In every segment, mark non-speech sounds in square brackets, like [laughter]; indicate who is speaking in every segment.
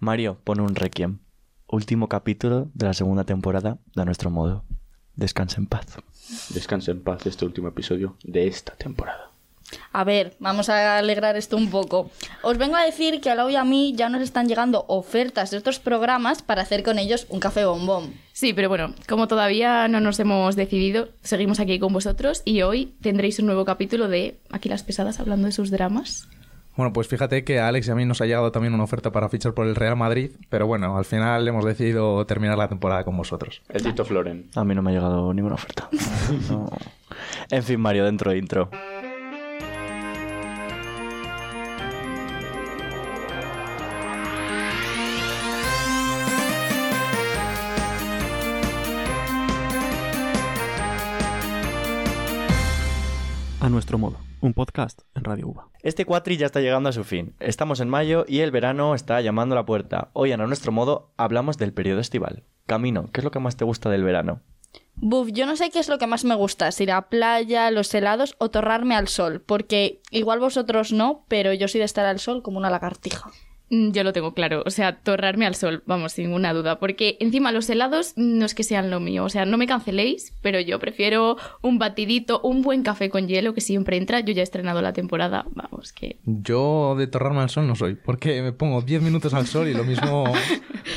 Speaker 1: Mario pone un requiem. Último capítulo de la segunda temporada de A Nuestro Modo. Descansa en paz.
Speaker 2: Descansa en paz este último episodio de esta temporada.
Speaker 3: A ver, vamos a alegrar esto un poco. Os vengo a decir que a Lau y a mí ya nos están llegando ofertas de otros programas para hacer con ellos un café bombón.
Speaker 4: Sí, pero bueno, como todavía no nos hemos decidido, seguimos aquí con vosotros y hoy tendréis un nuevo capítulo de Aquí las pesadas hablando de sus dramas.
Speaker 5: Bueno, pues fíjate que a Alex y a mí nos ha llegado también una oferta para fichar por el Real Madrid, pero bueno, al final hemos decidido terminar la temporada con vosotros.
Speaker 2: El Tito Floren.
Speaker 1: A mí no me ha llegado ninguna
Speaker 4: [laughs]
Speaker 1: oferta. No. En fin, Mario, dentro de intro.
Speaker 6: A nuestro modo, un podcast en Radio UBA.
Speaker 1: Este cuatri ya está llegando a su fin. Estamos en mayo y el verano está llamando a la puerta. Hoy, en a nuestro modo, hablamos del periodo estival. Camino, ¿qué es lo que más te gusta del verano?
Speaker 3: Buf, yo no sé qué es lo que más me gusta, si la playa, los helados o torrarme al sol, porque igual vosotros no, pero yo sí de estar al sol como una lagartija.
Speaker 4: Mm, Yo lo tengo claro, o sea, torrarme al sol, vamos, sin ninguna duda, porque encima los helados mm, no es que sean lo mío, o sea, no me canceléis, pero yo prefiero un batidito, un buen café con hielo que siempre entra, yo ya he estrenado la temporada, vamos, que...
Speaker 5: Yo de torrarme al sol no soy, porque me pongo 10 minutos al sol y lo mismo,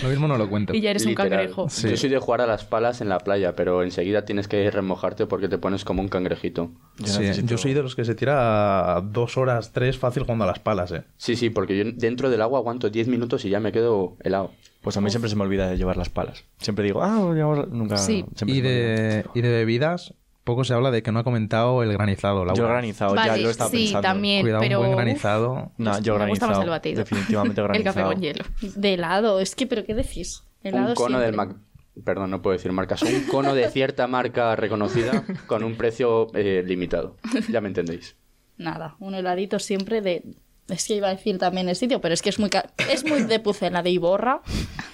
Speaker 5: lo mismo no lo cuento.
Speaker 4: [laughs] Y ya eres
Speaker 2: Literal.
Speaker 4: un cangrejo.
Speaker 5: Sí.
Speaker 2: Yo soy de jugar a las palas en la playa, pero enseguida tienes que remojarte porque te pones como un cangrejito.
Speaker 1: Yo
Speaker 5: Sí,
Speaker 1: necesito-
Speaker 5: yo soy de los que se tira dos horas, tres fácil cuando a las palas, eh.
Speaker 2: Sí, sí, porque yo dentro del agua aguanto 10 minutos y ya me quedo helado.
Speaker 1: Pues a mí siempre se me olvida de llevar las palas. Siempre digo, ah, llevamos la-". nunca.
Speaker 4: Sí.
Speaker 1: siempre
Speaker 5: Y
Speaker 1: se me olvida.
Speaker 5: de, y de bebidas, poco se habla de que no ha comentado el granizado, Laura.
Speaker 1: Yo granizado, ya
Speaker 4: Vale,
Speaker 1: lo estaba
Speaker 4: sí,
Speaker 1: pensando.
Speaker 4: también,
Speaker 5: Cuidado,
Speaker 4: pero...
Speaker 5: un buen
Speaker 4: uf, [laughs]
Speaker 5: granizado.
Speaker 1: No, yo
Speaker 4: me gusta
Speaker 1: granizado.
Speaker 4: más el batido.
Speaker 1: Definitivamente
Speaker 4: [laughs] el café
Speaker 1: granizado.
Speaker 4: con hielo.
Speaker 3: De helado, es que, ¿pero qué decís? Helado
Speaker 2: un cono del
Speaker 3: siempre.
Speaker 2: Mac... Perdón, no puedo decir marcas. Un cono de cierta marca reconocida con un precio eh, limitado. Ya me entendéis.
Speaker 3: Nada, un heladito siempre de... Es que iba a decir también el sitio, pero es que es muy, ca- es muy de Pucela, de Iborra.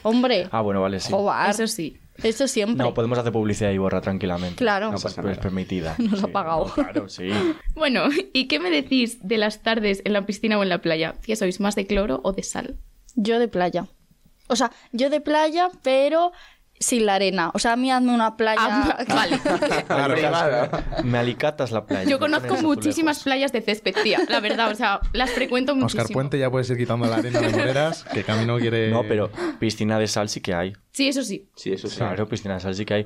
Speaker 3: Hombre,
Speaker 1: Ah, bueno, vale, sí.
Speaker 3: jobar.
Speaker 4: Eso sí.
Speaker 3: Eso siempre.
Speaker 1: No, podemos hacer publicidad y borra tranquilamente.
Speaker 3: Claro.
Speaker 2: No
Speaker 1: Pues,
Speaker 2: pasa
Speaker 1: pues
Speaker 2: nada.
Speaker 1: permitida.
Speaker 3: Nos ha
Speaker 1: Sí,
Speaker 3: pagado.
Speaker 1: no, claro, sí.
Speaker 4: Bueno, [laughs] ¿y qué me decís de las tardes en la piscina o en la playa? ¿Que sois más de cloro o de sal?
Speaker 3: Yo de playa. O sea, yo de playa, pero sin la arena. O sea, a mí hazme una playa.
Speaker 4: Ah,
Speaker 3: [laughs]
Speaker 4: [laughs] vale.
Speaker 1: Me alicatas- me alicatas la playa. Me
Speaker 4: Yo
Speaker 1: pones
Speaker 4: conozco
Speaker 1: azulejos.
Speaker 4: muchísimas
Speaker 1: pues.
Speaker 4: playas de césped, tía. La verdad, o sea, las frecuento muchísimo.
Speaker 5: Oscar Puente ya puedes ir quitando la arena de moreras, que Camino quiere...
Speaker 1: No, pero piscina de sal sí que hay.
Speaker 4: Sí, eso sí.
Speaker 2: Sí, eso sí.
Speaker 1: Claro, piscina de sal sí que hay.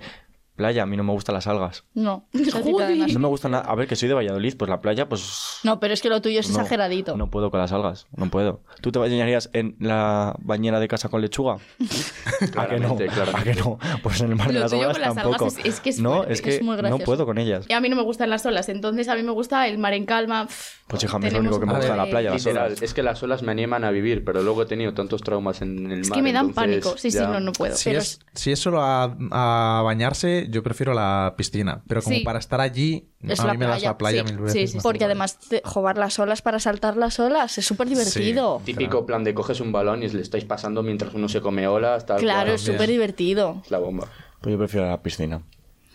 Speaker 1: Playa, a mí no me gustan las algas.
Speaker 4: [laughs]
Speaker 3: No. ese tipo de
Speaker 4: Joder.
Speaker 3: arenas.
Speaker 1: No me gusta nada. A ver, que soy de Valladolid, pues la playa, pues.
Speaker 3: No, pero es que lo tuyo es
Speaker 1: no,
Speaker 3: exageradito.
Speaker 1: No puedo con las algas, no puedo. ¿Tú te bañarías en la bañera de casa con lechuga? ¿A que no?
Speaker 2: Claramente, claramente.
Speaker 1: ¿A que no? Pues en el mar de
Speaker 4: Lo
Speaker 1: las
Speaker 4: tuyo
Speaker 1: algas
Speaker 4: con las algas
Speaker 1: tampoco.
Speaker 4: es- es que es
Speaker 1: no,
Speaker 4: fuerte,
Speaker 1: es que
Speaker 3: es muy
Speaker 1: no
Speaker 3: gracioso.
Speaker 1: puedo con ellas.
Speaker 4: Y a mí no me gustan las olas, entonces a mí me gusta el mar en calma. Pff,
Speaker 1: Pues, hija, a mí es lo
Speaker 4: tenemos
Speaker 1: único que me
Speaker 4: un
Speaker 1: gusta
Speaker 4: poco
Speaker 1: la
Speaker 4: de-
Speaker 1: playa. Las
Speaker 2: Literal,
Speaker 1: olas.
Speaker 2: es que las olas me animan a vivir, pero luego he tenido tantos traumas en el mar.
Speaker 4: Es que me dan
Speaker 2: entonces
Speaker 4: pánico. Sí, sí,
Speaker 2: ya-
Speaker 4: no, no puedo.
Speaker 5: Si,
Speaker 4: Pero
Speaker 5: es, si es solo a, a bañarse, yo prefiero la piscina. Pero como
Speaker 4: Sí.
Speaker 5: para estar allí,
Speaker 3: Es
Speaker 5: a
Speaker 3: la
Speaker 5: mí me das la playa
Speaker 4: playa, sí.
Speaker 5: mil veces.
Speaker 4: Sí, sí,
Speaker 5: más.
Speaker 3: Porque además te- jugar las olas para saltar las olas es súper divertido.
Speaker 2: Típico plan de coges un balón y le estáis pasando mientras uno se come olas, tal.
Speaker 3: Claro,
Speaker 2: cual.
Speaker 3: es súper divertido.
Speaker 2: Es la bomba.
Speaker 1: Pues yo prefiero la piscina.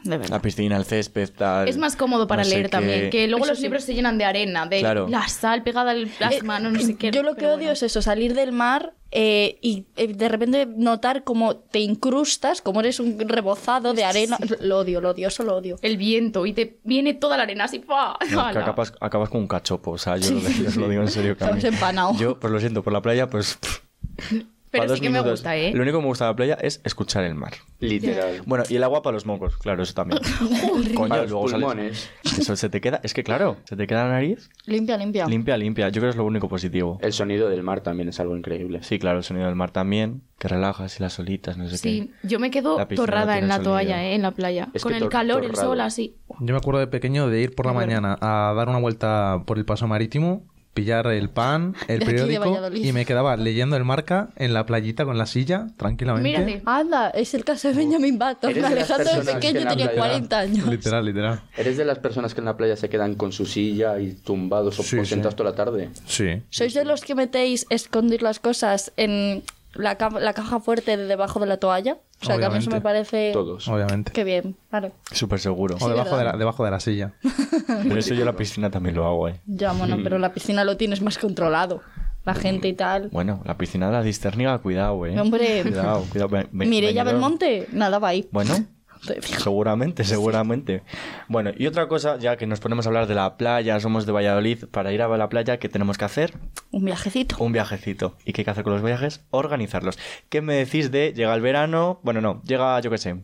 Speaker 3: De verdad.
Speaker 1: La piscina, el césped, tal.
Speaker 4: Es más cómodo para
Speaker 1: no sé
Speaker 4: leer
Speaker 1: qué.
Speaker 4: también, que luego
Speaker 3: Eso
Speaker 4: los
Speaker 3: sí.
Speaker 4: libros se llenan de arena, de
Speaker 1: Claro.
Speaker 4: la sal pegada al plasma, no, no sé qué.
Speaker 3: Eh, Yo lo que
Speaker 4: pero
Speaker 3: odio
Speaker 4: bueno.
Speaker 3: es eso, salir del mar eh, y eh, de repente notar como te incrustas, como eres un rebozado de arena. Lo odio, lo odio, eso lo odio.
Speaker 4: El viento y te viene toda la arena así. ¡pa!
Speaker 1: No, que
Speaker 4: ¡Hala!
Speaker 1: acabas, acabas con un cachopo, o sea, yo, lo, yo os lo digo en serio. que a
Speaker 3: Estamos
Speaker 1: mí-
Speaker 3: empanaos.
Speaker 1: Yo, pues lo siento, por la playa, pues... pff, para
Speaker 4: Pero
Speaker 1: dos
Speaker 4: sí que me
Speaker 1: minutos.
Speaker 4: gusta, ¿eh?
Speaker 1: Lo único que me gusta de la playa es escuchar el mar.
Speaker 2: Literal.
Speaker 1: Bueno, y el agua para los mocos, claro, eso
Speaker 4: [laughs]
Speaker 1: también. Coño,
Speaker 2: Para los
Speaker 1: luego sales-
Speaker 2: pulmones.
Speaker 1: Eso se te queda, es que claro, se te queda la nariz
Speaker 3: Limpia, limpia.
Speaker 1: limpia, limpia. Yo creo que es lo único positivo.
Speaker 2: El sonido del mar también es algo increíble.
Speaker 1: Sí, claro, el sonido del mar también, que relajas y las olitas, no sé
Speaker 4: Sí, yo me quedo
Speaker 1: La piscina no
Speaker 4: torrada en
Speaker 1: tiene
Speaker 4: la
Speaker 1: sonido.
Speaker 4: toalla, ¿eh? en la playa.
Speaker 2: Es que
Speaker 4: Con el
Speaker 2: tor-
Speaker 4: calor, el
Speaker 2: torrado.
Speaker 4: sol, así.
Speaker 5: Yo me acuerdo de pequeño de ir por la mañana a dar una vuelta por el paso marítimo, pillar el pan, el
Speaker 3: De aquí de
Speaker 5: periódico
Speaker 3: Valladolid.
Speaker 5: y me quedaba leyendo el marca en la playita con la silla, tranquilamente.
Speaker 4: Mírate.
Speaker 3: Anda, es el caso de Benjamin Button.
Speaker 2: Eres de las
Speaker 3: Alejandro de
Speaker 2: personas que
Speaker 3: pequeño
Speaker 2: la
Speaker 3: tenía
Speaker 2: playa-
Speaker 3: 40 años.
Speaker 5: [laughs] Literal, literal.
Speaker 2: ¿Eres de las personas que en la playa se quedan con su silla y tumbados o,
Speaker 5: Sí,
Speaker 2: o
Speaker 5: sí.
Speaker 2: sentados toda la tarde?
Speaker 5: Sí.
Speaker 3: ¿Sois de los que metéis esconder las cosas en la, ca- la caja fuerte de debajo de la toalla? O sea, que a mí eso
Speaker 5: Obviamente.
Speaker 3: me parece...
Speaker 2: Todos.
Speaker 5: Obviamente.
Speaker 3: Qué bien, vale.
Speaker 1: qué. Súper seguro.
Speaker 5: O debajo de,
Speaker 3: ¿verdad?
Speaker 5: la, debajo de la silla.
Speaker 1: Pero eso yo en la piscina también lo hago, ¿eh?
Speaker 3: Ya, bueno, pero en la piscina lo tienes más controlado. la gente y tal.
Speaker 1: Bueno, la piscina de la cisterna, cuidado, eh.
Speaker 3: Hombre.
Speaker 1: Cuidado, cuidado. Ve- ve-
Speaker 3: Mirella
Speaker 1: venidor.
Speaker 3: Belmonte nadaba ahí.
Speaker 1: Bueno,
Speaker 3: Te digo.
Speaker 1: Seguramente, seguramente. Bueno, y otra cosa, ya que nos ponemos a hablar de la playa, somos de Valladolid, para ir a la playa, ¿qué tenemos que hacer?
Speaker 3: Un viajecito.
Speaker 1: Un viajecito. ¿Y qué hay que hacer con los viajes? Organizarlos. ¿Qué me decís de llega el verano? Bueno, no, llega, yo qué sé,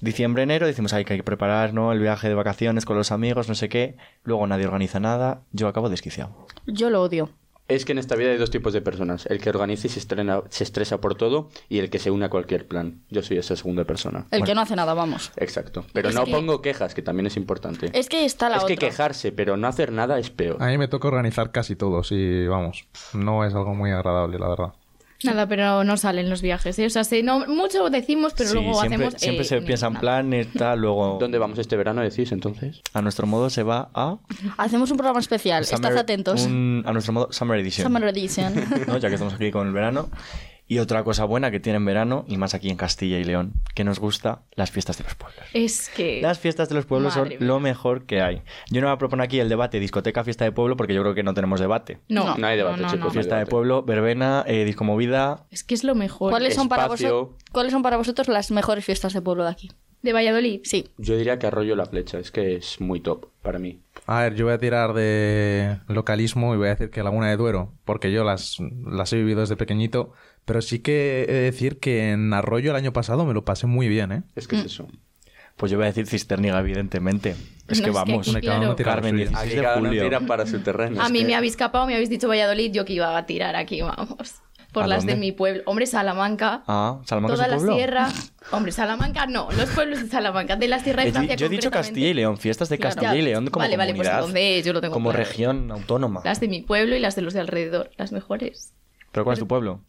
Speaker 1: diciembre, enero, decimos, ay, que hay que preparar, ¿no? El viaje de vacaciones con los amigos, no sé qué. Luego nadie organiza nada, yo acabo desquiciado.
Speaker 3: Yo lo odio.
Speaker 2: Es que en esta vida hay dos tipos de personas. El que organiza y se, estrena- se estresa por todo y el que se une a cualquier plan. Yo soy esa segunda persona.
Speaker 3: El que no hace nada, vamos.
Speaker 2: Exacto. Pero
Speaker 4: Es
Speaker 2: no
Speaker 4: que-
Speaker 2: pongo quejas, que también es importante.
Speaker 3: Es que está la
Speaker 2: Es que
Speaker 3: otra.
Speaker 2: quejarse, pero no hacer nada es peor.
Speaker 5: A mí me toca organizar casi todo, sí, vamos. No es algo muy agradable, la verdad.
Speaker 4: Nada, pero no salen los viajes. ¿eh? O sea, se- no, mucho decimos, pero
Speaker 1: Sí,
Speaker 4: luego
Speaker 1: siempre,
Speaker 4: hacemos.
Speaker 1: siempre
Speaker 4: eh,
Speaker 1: se
Speaker 4: ni
Speaker 1: piensan
Speaker 4: nada.
Speaker 1: planes, tal, luego
Speaker 2: [laughs] ¿Dónde vamos este verano, decís entonces?
Speaker 1: a nuestro modo se va a...
Speaker 3: Hacemos un programa especial.
Speaker 1: Summer-
Speaker 3: Estad atentos.
Speaker 1: un- a nuestro modo Summer Edition.
Speaker 3: Summer Edition.
Speaker 1: [laughs] ¿no? ya que estamos aquí con el verano. Y otra cosa buena que tiene en verano, y más aquí en Castilla y León, que nos gusta, las fiestas de los pueblos.
Speaker 4: Es que.
Speaker 1: Las fiestas de los pueblos
Speaker 4: Madre
Speaker 1: son
Speaker 4: mía.
Speaker 1: lo mejor que hay. Yo no voy a proponer aquí el debate discoteca-fiesta de pueblo, porque yo creo que no tenemos debate.
Speaker 4: No,
Speaker 2: No hay debate, chicos, no hay
Speaker 1: Fiesta de
Speaker 2: debate.
Speaker 1: pueblo, verbena, eh, discomovida...
Speaker 4: Es que es lo mejor.
Speaker 3: ¿Cuáles son, para
Speaker 2: espacio.
Speaker 3: vosotros, ¿Cuáles son para vosotros las mejores fiestas de pueblo de aquí?
Speaker 4: De Valladolid.
Speaker 3: Sí.
Speaker 2: Yo diría que Arroyo la Flecha, es que es muy top para mí.
Speaker 5: A ver, yo voy a tirar de localismo y voy a decir que Laguna de Duero, porque yo las, las he vivido desde pequeñito, pero sí que he de decir que en Arroyo el año pasado me lo pasé muy bien, ¿eh?
Speaker 2: Es que
Speaker 3: Mm.
Speaker 2: es eso.
Speaker 1: Pues yo voy a decir cisterniga, evidentemente. Es
Speaker 4: No,
Speaker 1: que
Speaker 4: es que
Speaker 1: vamos.
Speaker 4: aquí, Claro.
Speaker 5: uno tira la
Speaker 1: Carmen,
Speaker 5: suya.
Speaker 1: 16 de julio.
Speaker 2: para su terreno.
Speaker 4: A
Speaker 2: es
Speaker 4: mí
Speaker 2: que-
Speaker 4: me habéis capado, me habéis dicho Valladolid, yo que iba a tirar aquí, vamos. Por
Speaker 1: ¿A
Speaker 4: las de
Speaker 1: dónde?
Speaker 4: mi pueblo. Hombre, Salamanca.
Speaker 1: Ah, Salamanca
Speaker 4: toda
Speaker 1: es un
Speaker 4: la
Speaker 1: pueblo.
Speaker 4: sierra. Hombre, Salamanca no, los pueblos de Salamanca, de la sierra de
Speaker 1: Eh,
Speaker 4: Francia.
Speaker 1: yo he dicho Castilla y
Speaker 4: concretamente.
Speaker 1: León, fiestas de
Speaker 4: Claro.
Speaker 1: Castilla y
Speaker 4: Ya.
Speaker 1: León como
Speaker 4: Vale, vale, pues
Speaker 1: comunidad,
Speaker 4: entonces yo lo tengo
Speaker 1: como
Speaker 4: claro.
Speaker 1: región autónoma.
Speaker 4: Las de mi pueblo y las de los de alrededor, las mejores.
Speaker 1: ¿Pero cuál es tu pueblo?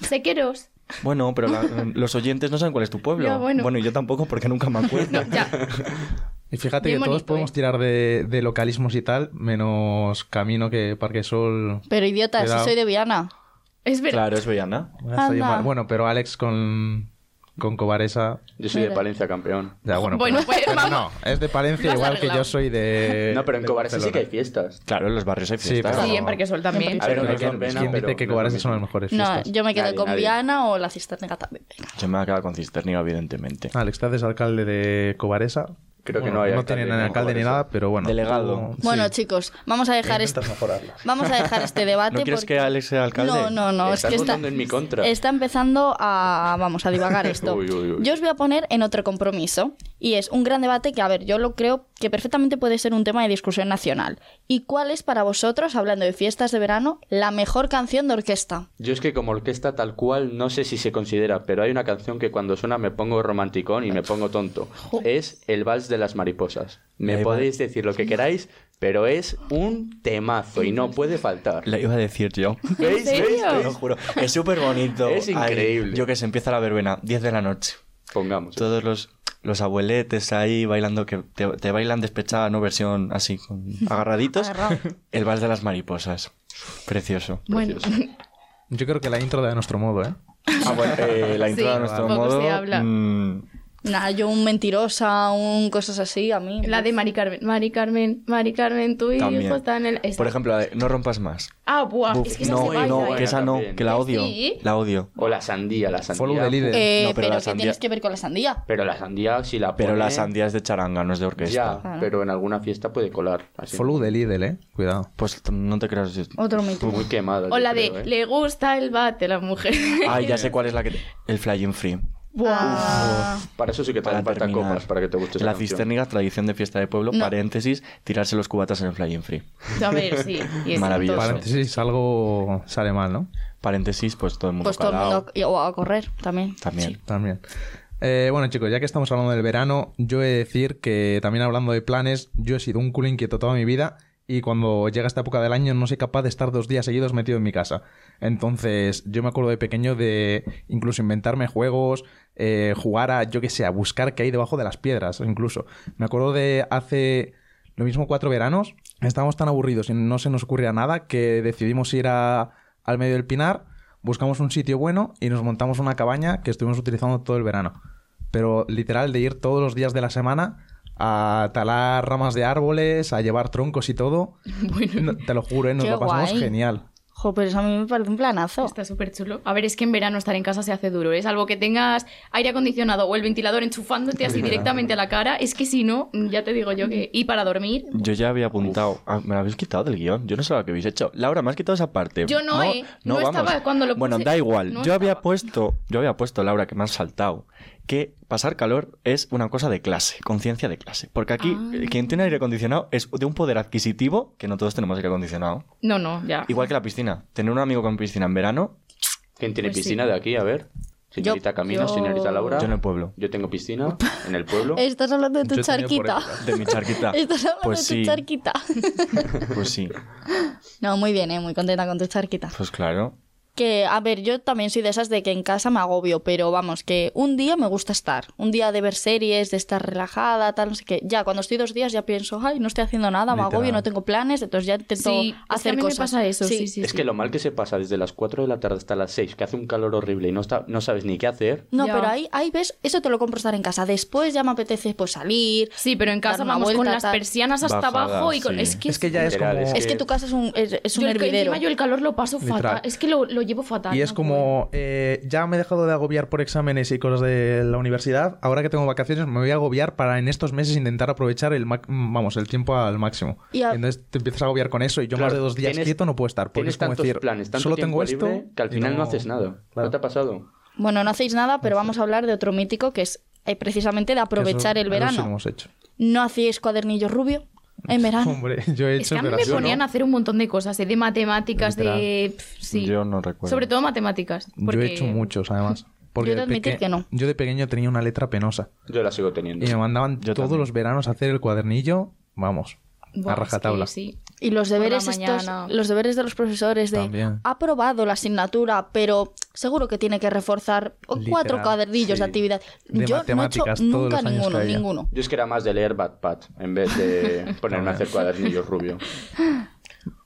Speaker 4: Sequeros.
Speaker 1: Bueno, pero
Speaker 4: [laughs]
Speaker 1: la- los oyentes no saben cuál es tu pueblo.
Speaker 4: Ya, bueno.
Speaker 1: y yo tampoco porque nunca me acuerdo.
Speaker 4: [laughs] No, ya.
Speaker 5: Y fíjate
Speaker 4: Bien
Speaker 5: que todos
Speaker 4: bonito,
Speaker 5: podemos
Speaker 4: ¿eh?
Speaker 5: tirar de, de localismos y tal, menos Camino que Parque Sol.
Speaker 3: Pero idiota, si
Speaker 5: Cuidado.
Speaker 3: soy de Viana.
Speaker 4: Es verdad.
Speaker 1: claro, es Villana.
Speaker 5: Me hace
Speaker 3: Anda.
Speaker 5: llamar- Bueno, pero Alex con, con Cobaresa.
Speaker 2: Yo soy de
Speaker 3: Mira.
Speaker 2: Palencia campeón.
Speaker 5: Ya, bueno,
Speaker 4: Bueno, [laughs]
Speaker 5: pero-
Speaker 4: pues,
Speaker 5: pero
Speaker 4: vamos.
Speaker 5: no, es de Palencia
Speaker 4: Vas
Speaker 5: igual que
Speaker 4: arreglado.
Speaker 5: yo soy de.
Speaker 2: No, pero en
Speaker 5: de
Speaker 2: Cobaresa sí que hay
Speaker 5: Barcelona.
Speaker 2: fiestas.
Speaker 1: Claro, en los barrios hay
Speaker 5: Sí,
Speaker 1: fiestas.
Speaker 5: pero-
Speaker 4: Sí, en Parque Sol también.
Speaker 2: A ver, no
Speaker 5: Pero
Speaker 2: hay que
Speaker 5: son-
Speaker 2: pena,
Speaker 5: ¿Quién
Speaker 2: pero
Speaker 5: dice
Speaker 2: no
Speaker 5: que
Speaker 2: es lo
Speaker 5: Cobaresa son las
Speaker 2: mismo.
Speaker 5: mejores
Speaker 3: No,
Speaker 5: fiestas?
Speaker 3: yo me quedé
Speaker 2: Nadie,
Speaker 3: con
Speaker 2: nadie.
Speaker 3: Viana o la cisterna también. venga.
Speaker 1: Yo me voy a quedar con Cisterniga,
Speaker 2: Ah.
Speaker 1: evidentemente.
Speaker 5: Alex, te haces alcalde de Cobaresa.
Speaker 2: Creo que
Speaker 5: Bueno,
Speaker 2: no hay
Speaker 5: No
Speaker 2: alcalde,
Speaker 5: tienen
Speaker 2: ¿no?
Speaker 5: alcalde ni
Speaker 2: Cobaresa.
Speaker 5: nada, pero bueno.
Speaker 1: Delegado.
Speaker 5: tú-
Speaker 3: Bueno,
Speaker 5: sí.
Speaker 3: chicos, vamos a dejar este,
Speaker 5: Intentas mejorarla.
Speaker 3: vamos a dejar
Speaker 2: [laughs]
Speaker 3: este debate.
Speaker 1: ¿No quieres
Speaker 3: porque-
Speaker 1: que Alex sea alcalde?
Speaker 3: No, no, no.
Speaker 2: Estás
Speaker 3: es que está,
Speaker 2: votando en mi contra.
Speaker 3: está empezando a, vamos,
Speaker 2: [laughs]
Speaker 3: a divagar esto.
Speaker 2: Uy, uy, uy.
Speaker 3: Yo os voy a poner en otro compromiso y es un gran debate que, a ver, yo lo creo que perfectamente puede ser un tema de discusión nacional. ¿Y cuál es para vosotros, hablando de fiestas de verano, la mejor canción de orquesta?
Speaker 2: Yo es que como orquesta tal cual, no sé si se considera, pero hay una canción que cuando suena me pongo romanticón y me pongo tonto. Es el vals de las mariposas. Me
Speaker 1: Ahí va.
Speaker 2: podéis decir lo que queráis, pero es un temazo y no puede faltar.
Speaker 1: La iba a decir
Speaker 2: [laughs]
Speaker 1: yo.
Speaker 2: ¿Veis?
Speaker 4: serio?
Speaker 2: ¿Veis?
Speaker 1: Te
Speaker 2: ¿Veis?
Speaker 1: lo juro. Es súper bonito.
Speaker 2: Es increíble.
Speaker 1: yo que se empieza la verbena, 10 de la noche.
Speaker 2: Pongamos.
Speaker 1: Todos los, los abueletes ahí bailando, que te, te bailan despechada, no versión así,
Speaker 4: [laughs]
Speaker 1: con- agarraditos.
Speaker 3: Agarrado.
Speaker 1: El vals de las mariposas. Precioso.
Speaker 4: Bueno,
Speaker 5: Yo creo que la intro de nuestro modo, ¿eh?
Speaker 1: Ah, bueno, eh, la intro
Speaker 4: Sí,
Speaker 1: de nuestro
Speaker 4: poco se
Speaker 1: modo.
Speaker 4: habla.
Speaker 1: mm,
Speaker 3: Nah, yo un mentirosa, un cosas así, a mí.
Speaker 4: la de Mari Carmen. Mari Carmen, Mari Carmen, tu hijo
Speaker 1: también.
Speaker 4: está en el. esa.
Speaker 1: Por ejemplo, la de no rompas más.
Speaker 4: Ah, buah,
Speaker 1: Buf,
Speaker 4: es que esa
Speaker 1: no,
Speaker 4: se baila,
Speaker 1: no,
Speaker 4: ¿eh?
Speaker 1: que esa no, que la odio.
Speaker 4: Sí.
Speaker 1: La odio.
Speaker 2: O la sandía, la
Speaker 5: Follow
Speaker 2: sandía.
Speaker 5: the leader.
Speaker 3: Eh,
Speaker 1: No, pero
Speaker 3: pero,
Speaker 1: la
Speaker 3: ¿qué
Speaker 1: sandía-
Speaker 3: tienes que ver con la sandía?
Speaker 2: Pero la sandía si la
Speaker 1: Pero
Speaker 2: pone,
Speaker 1: la sandía es de charanga, no es de orquesta.
Speaker 2: Ya,
Speaker 3: Claro.
Speaker 2: pero en alguna fiesta puede colar. Así.
Speaker 5: Follow the Lidl, ¿eh? Cuidado.
Speaker 1: Pues t- no te creas. yo-
Speaker 3: Otro mito.
Speaker 2: Muy quemada.
Speaker 4: O
Speaker 2: yo
Speaker 4: la de
Speaker 2: creo, ¿eh?
Speaker 4: le gusta el bate a la mujer.
Speaker 1: [laughs] Ay, Ah, ya sé cuál es la que. El Flying Free.
Speaker 3: Ah.
Speaker 2: Para eso sí que te
Speaker 1: Para
Speaker 2: hacen falta
Speaker 1: terminar.
Speaker 2: copas para que te guste esa
Speaker 1: La
Speaker 2: canción.
Speaker 1: cisterniga, tradición de fiesta de pueblo,
Speaker 3: No.
Speaker 1: paréntesis, tirarse los cubatas en el Flying Free.
Speaker 4: A ver, sí. y es
Speaker 1: Maravilloso.
Speaker 4: entonces-
Speaker 5: Paréntesis, algo sale mal, ¿no?
Speaker 1: Paréntesis, pues todo el mundo.
Speaker 3: Pues todo el
Speaker 1: calao.
Speaker 3: mundo y- o a correr también.
Speaker 1: También.
Speaker 5: También. Eh, bueno, chicos, ya que estamos hablando del verano, yo he de decir que también hablando de planes, yo he sido un culo inquieto toda mi vida y cuando llega esta época del año no soy capaz de estar dos días seguidos metido en mi casa. Entonces, yo me acuerdo de pequeño de incluso inventarme juegos, eh, jugar a, yo qué sé, a buscar qué hay debajo de las piedras, incluso. Me acuerdo de hace lo mismo cuatro veranos, estábamos tan aburridos y no se nos ocurría nada que decidimos ir a- al medio del pinar, buscamos un sitio bueno y nos montamos una cabaña que estuvimos utilizando todo el verano. Pero literal de ir todos los días de la semana a
Speaker 3: [laughs]
Speaker 5: talar ramas de árboles, a llevar troncos y todo. No, te lo juro, ¿eh? nos
Speaker 3: Qué
Speaker 5: lo pasamos
Speaker 3: guay.
Speaker 5: genial.
Speaker 3: Jo, pero eso a mí me parece un planazo.
Speaker 4: Está súper chulo. A ver, es que en verano estar en casa se hace duro, ¿eh? Salvo que tengas aire acondicionado o el ventilador enchufándote así directamente a la cara. Es que si no, ya te digo yo que... Y para dormir...
Speaker 1: Yo ya había apuntado. Ah, me lo habéis quitado del guión. Yo no sé lo que habéis hecho. Laura, me has quitado esa parte.
Speaker 4: Yo no, eh. No estaba cuando lo
Speaker 1: Bueno,
Speaker 4: puse.
Speaker 1: da igual.
Speaker 4: No
Speaker 1: yo había
Speaker 4: estaba.
Speaker 1: puesto, yo había puesto, Laura, que me has saltado, que pasar calor es una cosa de clase, conciencia de clase. Porque aquí,
Speaker 4: Ah.
Speaker 1: eh, quien tiene aire acondicionado es de un poder adquisitivo que no todos tenemos aire acondicionado.
Speaker 4: No, no, ya.
Speaker 1: Igual que la piscina. Tener un amigo con piscina en verano,
Speaker 2: ¿Quién tiene
Speaker 4: Pues sí.
Speaker 2: piscina de aquí? A ver. Señorita
Speaker 3: Yo-
Speaker 2: Camino,
Speaker 3: yo-
Speaker 2: señorita Laura.
Speaker 1: yo en el pueblo.
Speaker 2: Yo tengo piscina en el
Speaker 4: [laughs]
Speaker 2: pueblo.
Speaker 3: Estás hablando de tu
Speaker 5: Yo he tenido por
Speaker 3: charquita.
Speaker 5: época.
Speaker 1: De mi charquita.
Speaker 3: [laughs] Estás hablando
Speaker 1: pues
Speaker 3: de tu
Speaker 1: sí,
Speaker 3: charquita. [laughs]
Speaker 1: Pues sí.
Speaker 3: No, muy bien, eh, muy contenta con tu charquita.
Speaker 1: Pues claro.
Speaker 3: Que, a ver, yo también soy de esas de que en casa me agobio, pero vamos, que un día me gusta estar. Un día de ver series, de estar relajada, tal, no sé qué. Ya, cuando estoy dos días ya pienso, ay, no estoy haciendo nada, me
Speaker 5: Literal.
Speaker 3: agobio, no tengo planes, entonces ya intento
Speaker 4: Sí, es que
Speaker 3: hacer
Speaker 4: a mí
Speaker 3: cosas.
Speaker 4: me pasa eso, sí, sí, sí.
Speaker 2: es que lo mal que se pasa desde las 4 de la tarde hasta las 6, que hace un calor horrible y no, está, no sabes ni qué hacer.
Speaker 3: No,
Speaker 4: Ya.
Speaker 3: pero ahí, ahí ves, eso te lo compro estar en casa. Después ya me apetece pues salir.
Speaker 4: Sí, pero en casa
Speaker 3: Dar una
Speaker 4: vamos con
Speaker 3: vuelta,
Speaker 4: las
Speaker 3: tal.
Speaker 4: persianas hasta
Speaker 1: Bajadas,
Speaker 4: abajo y con...
Speaker 1: sí.
Speaker 4: Es que
Speaker 5: Es que ya es
Speaker 2: Literal,
Speaker 5: como...
Speaker 2: es
Speaker 3: Es que tu casa es un, es, es un
Speaker 4: yo el-
Speaker 3: hervidero.
Speaker 4: Encima yo el calor lo paso fatal.
Speaker 5: Literal.
Speaker 4: Es que lo, lo llevo fatal.
Speaker 5: Y es
Speaker 4: no
Speaker 5: como, eh, ya me he dejado de agobiar por exámenes y cosas de la universidad. Ahora que tengo vacaciones, me voy a agobiar para en estos meses intentar aprovechar el, ma- mm, vamos, el tiempo al máximo.
Speaker 3: Y a-
Speaker 5: Entonces te empiezas a agobiar con eso y yo
Speaker 2: Claro,
Speaker 5: más de dos días
Speaker 2: tienes-
Speaker 5: quieto no puedo estar. Porque
Speaker 2: Tienes
Speaker 5: es como
Speaker 2: tantos
Speaker 5: decir,
Speaker 2: planes, tanto
Speaker 5: solo
Speaker 2: tiempo
Speaker 5: tengo esto.
Speaker 2: libre, que al
Speaker 5: y
Speaker 2: final no, haces nada.
Speaker 5: Claro.
Speaker 2: ¿No te ha pasado?
Speaker 3: Bueno, no hacéis nada, pero vamos a hablar de otro mítico que es eh, precisamente de aprovechar
Speaker 5: Eso-
Speaker 3: el
Speaker 5: eso sí lo
Speaker 3: verano.
Speaker 5: hemos hecho.
Speaker 3: ¿No hacíais cuadernillo rubio
Speaker 5: [laughs]
Speaker 3: en verano?
Speaker 5: Hombre, yo he
Speaker 4: Es
Speaker 5: hecho
Speaker 4: que a mí
Speaker 5: el
Speaker 4: me
Speaker 5: verano.
Speaker 4: ponían a hacer un montón de cosas, eh, de matemáticas, de... pf, sí.
Speaker 1: Yo no recuerdo.
Speaker 4: Sobre todo matemáticas.
Speaker 5: Yo
Speaker 4: porque-
Speaker 5: he hecho
Speaker 4: [laughs]
Speaker 5: muchos, además. Porque
Speaker 3: Yo he de admitir
Speaker 5: peque-
Speaker 3: que no.
Speaker 5: yo de pequeño tenía una letra penosa.
Speaker 2: Yo la sigo
Speaker 5: Y me
Speaker 2: teniendo.
Speaker 5: mandaban
Speaker 1: Yo
Speaker 5: todos
Speaker 1: también.
Speaker 5: los veranos a hacer el cuadernillo, vamos,
Speaker 4: Buah,
Speaker 5: a
Speaker 4: es que
Speaker 5: rajatabla.
Speaker 4: sí.
Speaker 3: Y los
Speaker 4: Por la
Speaker 3: deberes estos,
Speaker 4: mañana.
Speaker 3: los deberes de los profesores de
Speaker 5: También.
Speaker 3: ha aprobado la asignatura, pero seguro que tiene que reforzar o
Speaker 5: Literal,
Speaker 3: cuatro cuadernillos de
Speaker 5: sí.
Speaker 3: actividad. yo
Speaker 5: De
Speaker 3: no he hecho
Speaker 5: matemáticas, todos
Speaker 3: nunca
Speaker 5: los años
Speaker 3: ninguno,
Speaker 5: que había.
Speaker 3: ninguno.
Speaker 2: Yo es que era más de leer Bad Pat en
Speaker 1: [laughs]
Speaker 2: vez de ponerme a hacer cuadernillos rubio.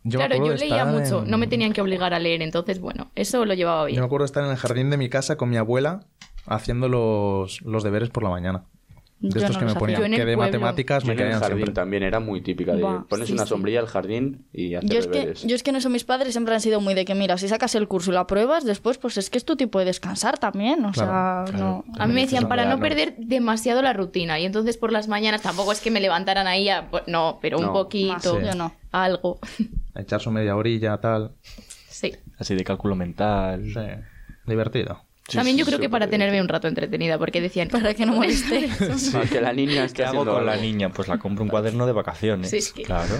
Speaker 5: Yo me
Speaker 4: claro,
Speaker 5: acuerdo
Speaker 4: yo
Speaker 5: de
Speaker 4: leía
Speaker 5: estar
Speaker 4: mucho,
Speaker 5: en-
Speaker 4: no me tenían que obligar a leer, entonces, bueno, eso lo llevaba
Speaker 5: Yo
Speaker 4: bien.
Speaker 5: me acuerdo de estar en el jardín de mi casa con mi abuela haciendo los, los deberes por la mañana. De
Speaker 3: Yo
Speaker 5: estos
Speaker 3: no
Speaker 5: que
Speaker 3: los hacía.
Speaker 5: me ponían,
Speaker 4: Yo en
Speaker 5: que
Speaker 4: el
Speaker 5: de
Speaker 4: pueblo.
Speaker 5: matemáticas
Speaker 2: Yo
Speaker 5: me
Speaker 2: en el
Speaker 5: caían
Speaker 2: jardín
Speaker 5: siempre.
Speaker 2: también era muy típica de
Speaker 3: Buah,
Speaker 2: pones
Speaker 4: sí,
Speaker 2: una
Speaker 4: sí.
Speaker 2: sombrilla al jardín y hacer
Speaker 3: Yo es, que,
Speaker 2: deberes.
Speaker 3: yo es que en eso mis padres siempre han sido muy de que, mira, si sacas el curso y lo apruebas, después pues es que es tu tiempo de descansar también, o
Speaker 5: Claro,
Speaker 3: sea, no...
Speaker 4: A mí me decían
Speaker 2: Hombre,
Speaker 4: para no
Speaker 2: no.
Speaker 4: perder demasiado la rutina y entonces por las mañanas tampoco es que me levantaran ahí a... pues, No, pero un
Speaker 2: No.
Speaker 4: poquito,
Speaker 5: Sí.
Speaker 3: Yo no.
Speaker 4: algo. [laughs]
Speaker 5: A echar su media orilla, tal.
Speaker 4: sí.
Speaker 1: Así de cálculo mental.
Speaker 5: Sí. Divertido.
Speaker 1: Sí,
Speaker 4: También
Speaker 1: sí,
Speaker 4: yo creo que
Speaker 2: súper
Speaker 4: para
Speaker 2: bien.
Speaker 4: tenerme un rato entretenida, porque decían...
Speaker 3: Para que no moleste.
Speaker 2: [laughs] Para que
Speaker 1: [laughs]
Speaker 2: la niña esté
Speaker 1: ¿Qué hago
Speaker 2: haciendo
Speaker 1: con la
Speaker 2: algo.
Speaker 1: niña? Pues la compro un cuaderno de vacaciones.
Speaker 4: Sí, sí.
Speaker 1: Claro.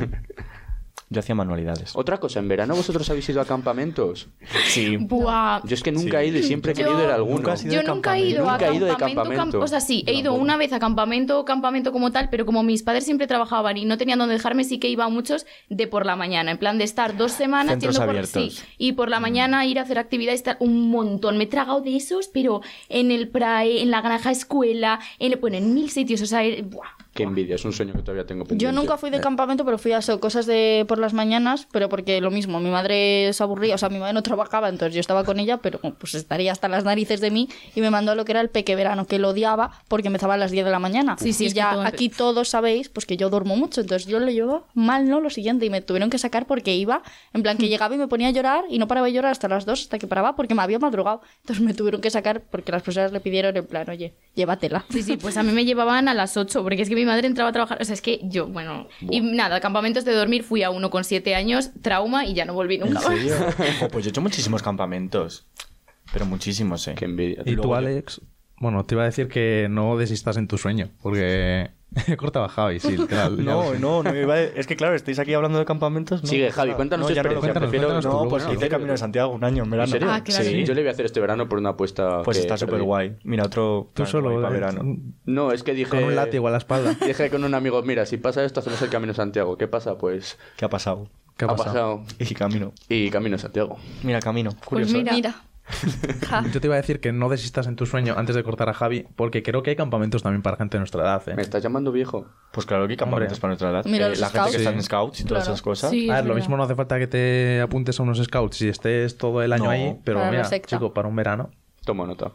Speaker 1: Yo hacía manualidades.
Speaker 2: Otra cosa, ¿en verano vosotros habéis ido a campamentos?
Speaker 4: [laughs]
Speaker 1: Sí.
Speaker 4: [laughs] Buah,
Speaker 2: Yo es que nunca he ido y siempre he querido ir a alguno.
Speaker 1: Nunca has ido
Speaker 4: Ah, Yo
Speaker 1: de
Speaker 4: nunca he ido a
Speaker 2: Nunca he ido
Speaker 4: campamento,
Speaker 2: de
Speaker 4: camp-
Speaker 2: campamento.
Speaker 4: o sea, sí, he
Speaker 2: Yo
Speaker 4: ido
Speaker 2: tampoco.
Speaker 4: una vez a campamento, campamento como tal, pero como mis padres siempre trabajaban y no tenían dónde dejarme, sí que iba a muchos de por la mañana, en plan de estar dos semanas
Speaker 1: Centros
Speaker 4: yendo por-
Speaker 1: abiertos.
Speaker 4: sí, y por
Speaker 2: Mm.
Speaker 4: la mañana ir a hacer actividades, tal, un montón. Me he tragado de esos, pero en el PRAE, en la granja escuela, en, bueno, en mil sitios, o sea, eh, buah.
Speaker 2: Qué envidia, es un sueño que todavía tengo pendiente.
Speaker 3: Yo nunca
Speaker 5: eh,
Speaker 3: fui de campamento, pero fui a eso, cosas de por las mañanas, pero porque lo mismo, mi madre se aburría, o sea, mi madre no trabajaba, entonces yo estaba con ella, pero pues estaría hasta las narices de mí y me mandó a lo que era el peque verano, que lo odiaba porque empezaba a las 10 de la mañana.
Speaker 4: Sí, sí,
Speaker 3: y
Speaker 4: es que
Speaker 3: ya
Speaker 4: todo-
Speaker 3: aquí todos sabéis, pues que yo duermo mucho, entonces yo lo llevaba mal, ¿no? Lo siguiente, y me tuvieron que sacar porque iba, en plan
Speaker 4: [laughs]
Speaker 3: que llegaba y me ponía a llorar y no paraba de llorar hasta las 2 hasta que paraba porque me había madrugado. Entonces me tuvieron que sacar porque las personas le pidieron en plan, oye, llévatela.
Speaker 4: Sí, sí, pues a mí me llevaban a las 8, porque es que mi madre entraba a trabajar, o sea, es que yo, bueno, y nada, campamentos de dormir fui a uno con siete años, trauma y ya no volví
Speaker 1: ¿En
Speaker 4: nunca. [laughs] más.
Speaker 1: serio? Ojo, pues yo he hecho muchísimos campamentos. Pero muchísimos, ¿eh?
Speaker 2: Qué envidia.
Speaker 5: ¿Y tú, Alex? Bueno, te iba a decir que no desistas en tu sueño, porque [laughs] he cortado a Javi, sí, literal. Ya lo
Speaker 1: [laughs] No,
Speaker 5: sé.
Speaker 1: no, no iba a- es que claro, estáis aquí hablando de campamentos. ¿no?
Speaker 2: Sigue, Javi, cuéntanos tu
Speaker 1: ya
Speaker 2: experiencia.
Speaker 5: cuéntanos,
Speaker 2: Prefiero-
Speaker 5: cuéntanos
Speaker 1: No,
Speaker 5: tú,
Speaker 1: pues
Speaker 5: luego,
Speaker 1: hice el Camino de Santiago un año en
Speaker 2: ¿En
Speaker 1: verano.
Speaker 2: serio?
Speaker 4: Ah, claro.
Speaker 1: Sí.
Speaker 2: Yo le voy a hacer este verano por una apuesta.
Speaker 1: Pues
Speaker 2: que
Speaker 1: está
Speaker 2: perdí.
Speaker 1: súper guay. Mira, otro
Speaker 5: Tú
Speaker 1: plan guay
Speaker 5: solo,
Speaker 1: para
Speaker 5: eh,
Speaker 1: verano.
Speaker 2: No, es que dije.
Speaker 5: con un látigo a la espalda.
Speaker 2: [laughs] Dije con un amigo, mira, si pasa esto, hacemos el Camino de Santiago. ¿Qué pasa? Pues
Speaker 1: ¿Qué ha pasado?
Speaker 5: ¿Qué ha pasado?
Speaker 1: Y Camino.
Speaker 2: Y Camino de Santiago.
Speaker 1: Mira, Camino.
Speaker 4: Pues
Speaker 1: Curioso.
Speaker 5: ¿eh?
Speaker 4: mira,
Speaker 3: Mira. Ja.
Speaker 5: Yo te iba a decir que no desistas en tu sueño antes de cortar a Javi, porque creo que hay campamentos también para gente de nuestra edad. ¿eh?
Speaker 2: ¿Me estás llamando viejo?
Speaker 1: Pues claro que hay campamentos
Speaker 5: Hombre.
Speaker 1: para nuestra edad.
Speaker 3: Mira,
Speaker 1: Eh,
Speaker 3: los
Speaker 1: la gente que
Speaker 5: scouts.
Speaker 1: está en scouts y todas
Speaker 3: Claro.
Speaker 1: esas cosas.
Speaker 4: Sí.
Speaker 5: A
Speaker 4: es
Speaker 5: ver,
Speaker 4: verdad.
Speaker 5: lo mismo no hace falta que te apuntes a unos scouts y estés todo el año
Speaker 1: No.
Speaker 5: ahí, pero
Speaker 3: Para la
Speaker 5: mira,
Speaker 3: secta.
Speaker 5: chico, para un verano.
Speaker 2: Tomo nota.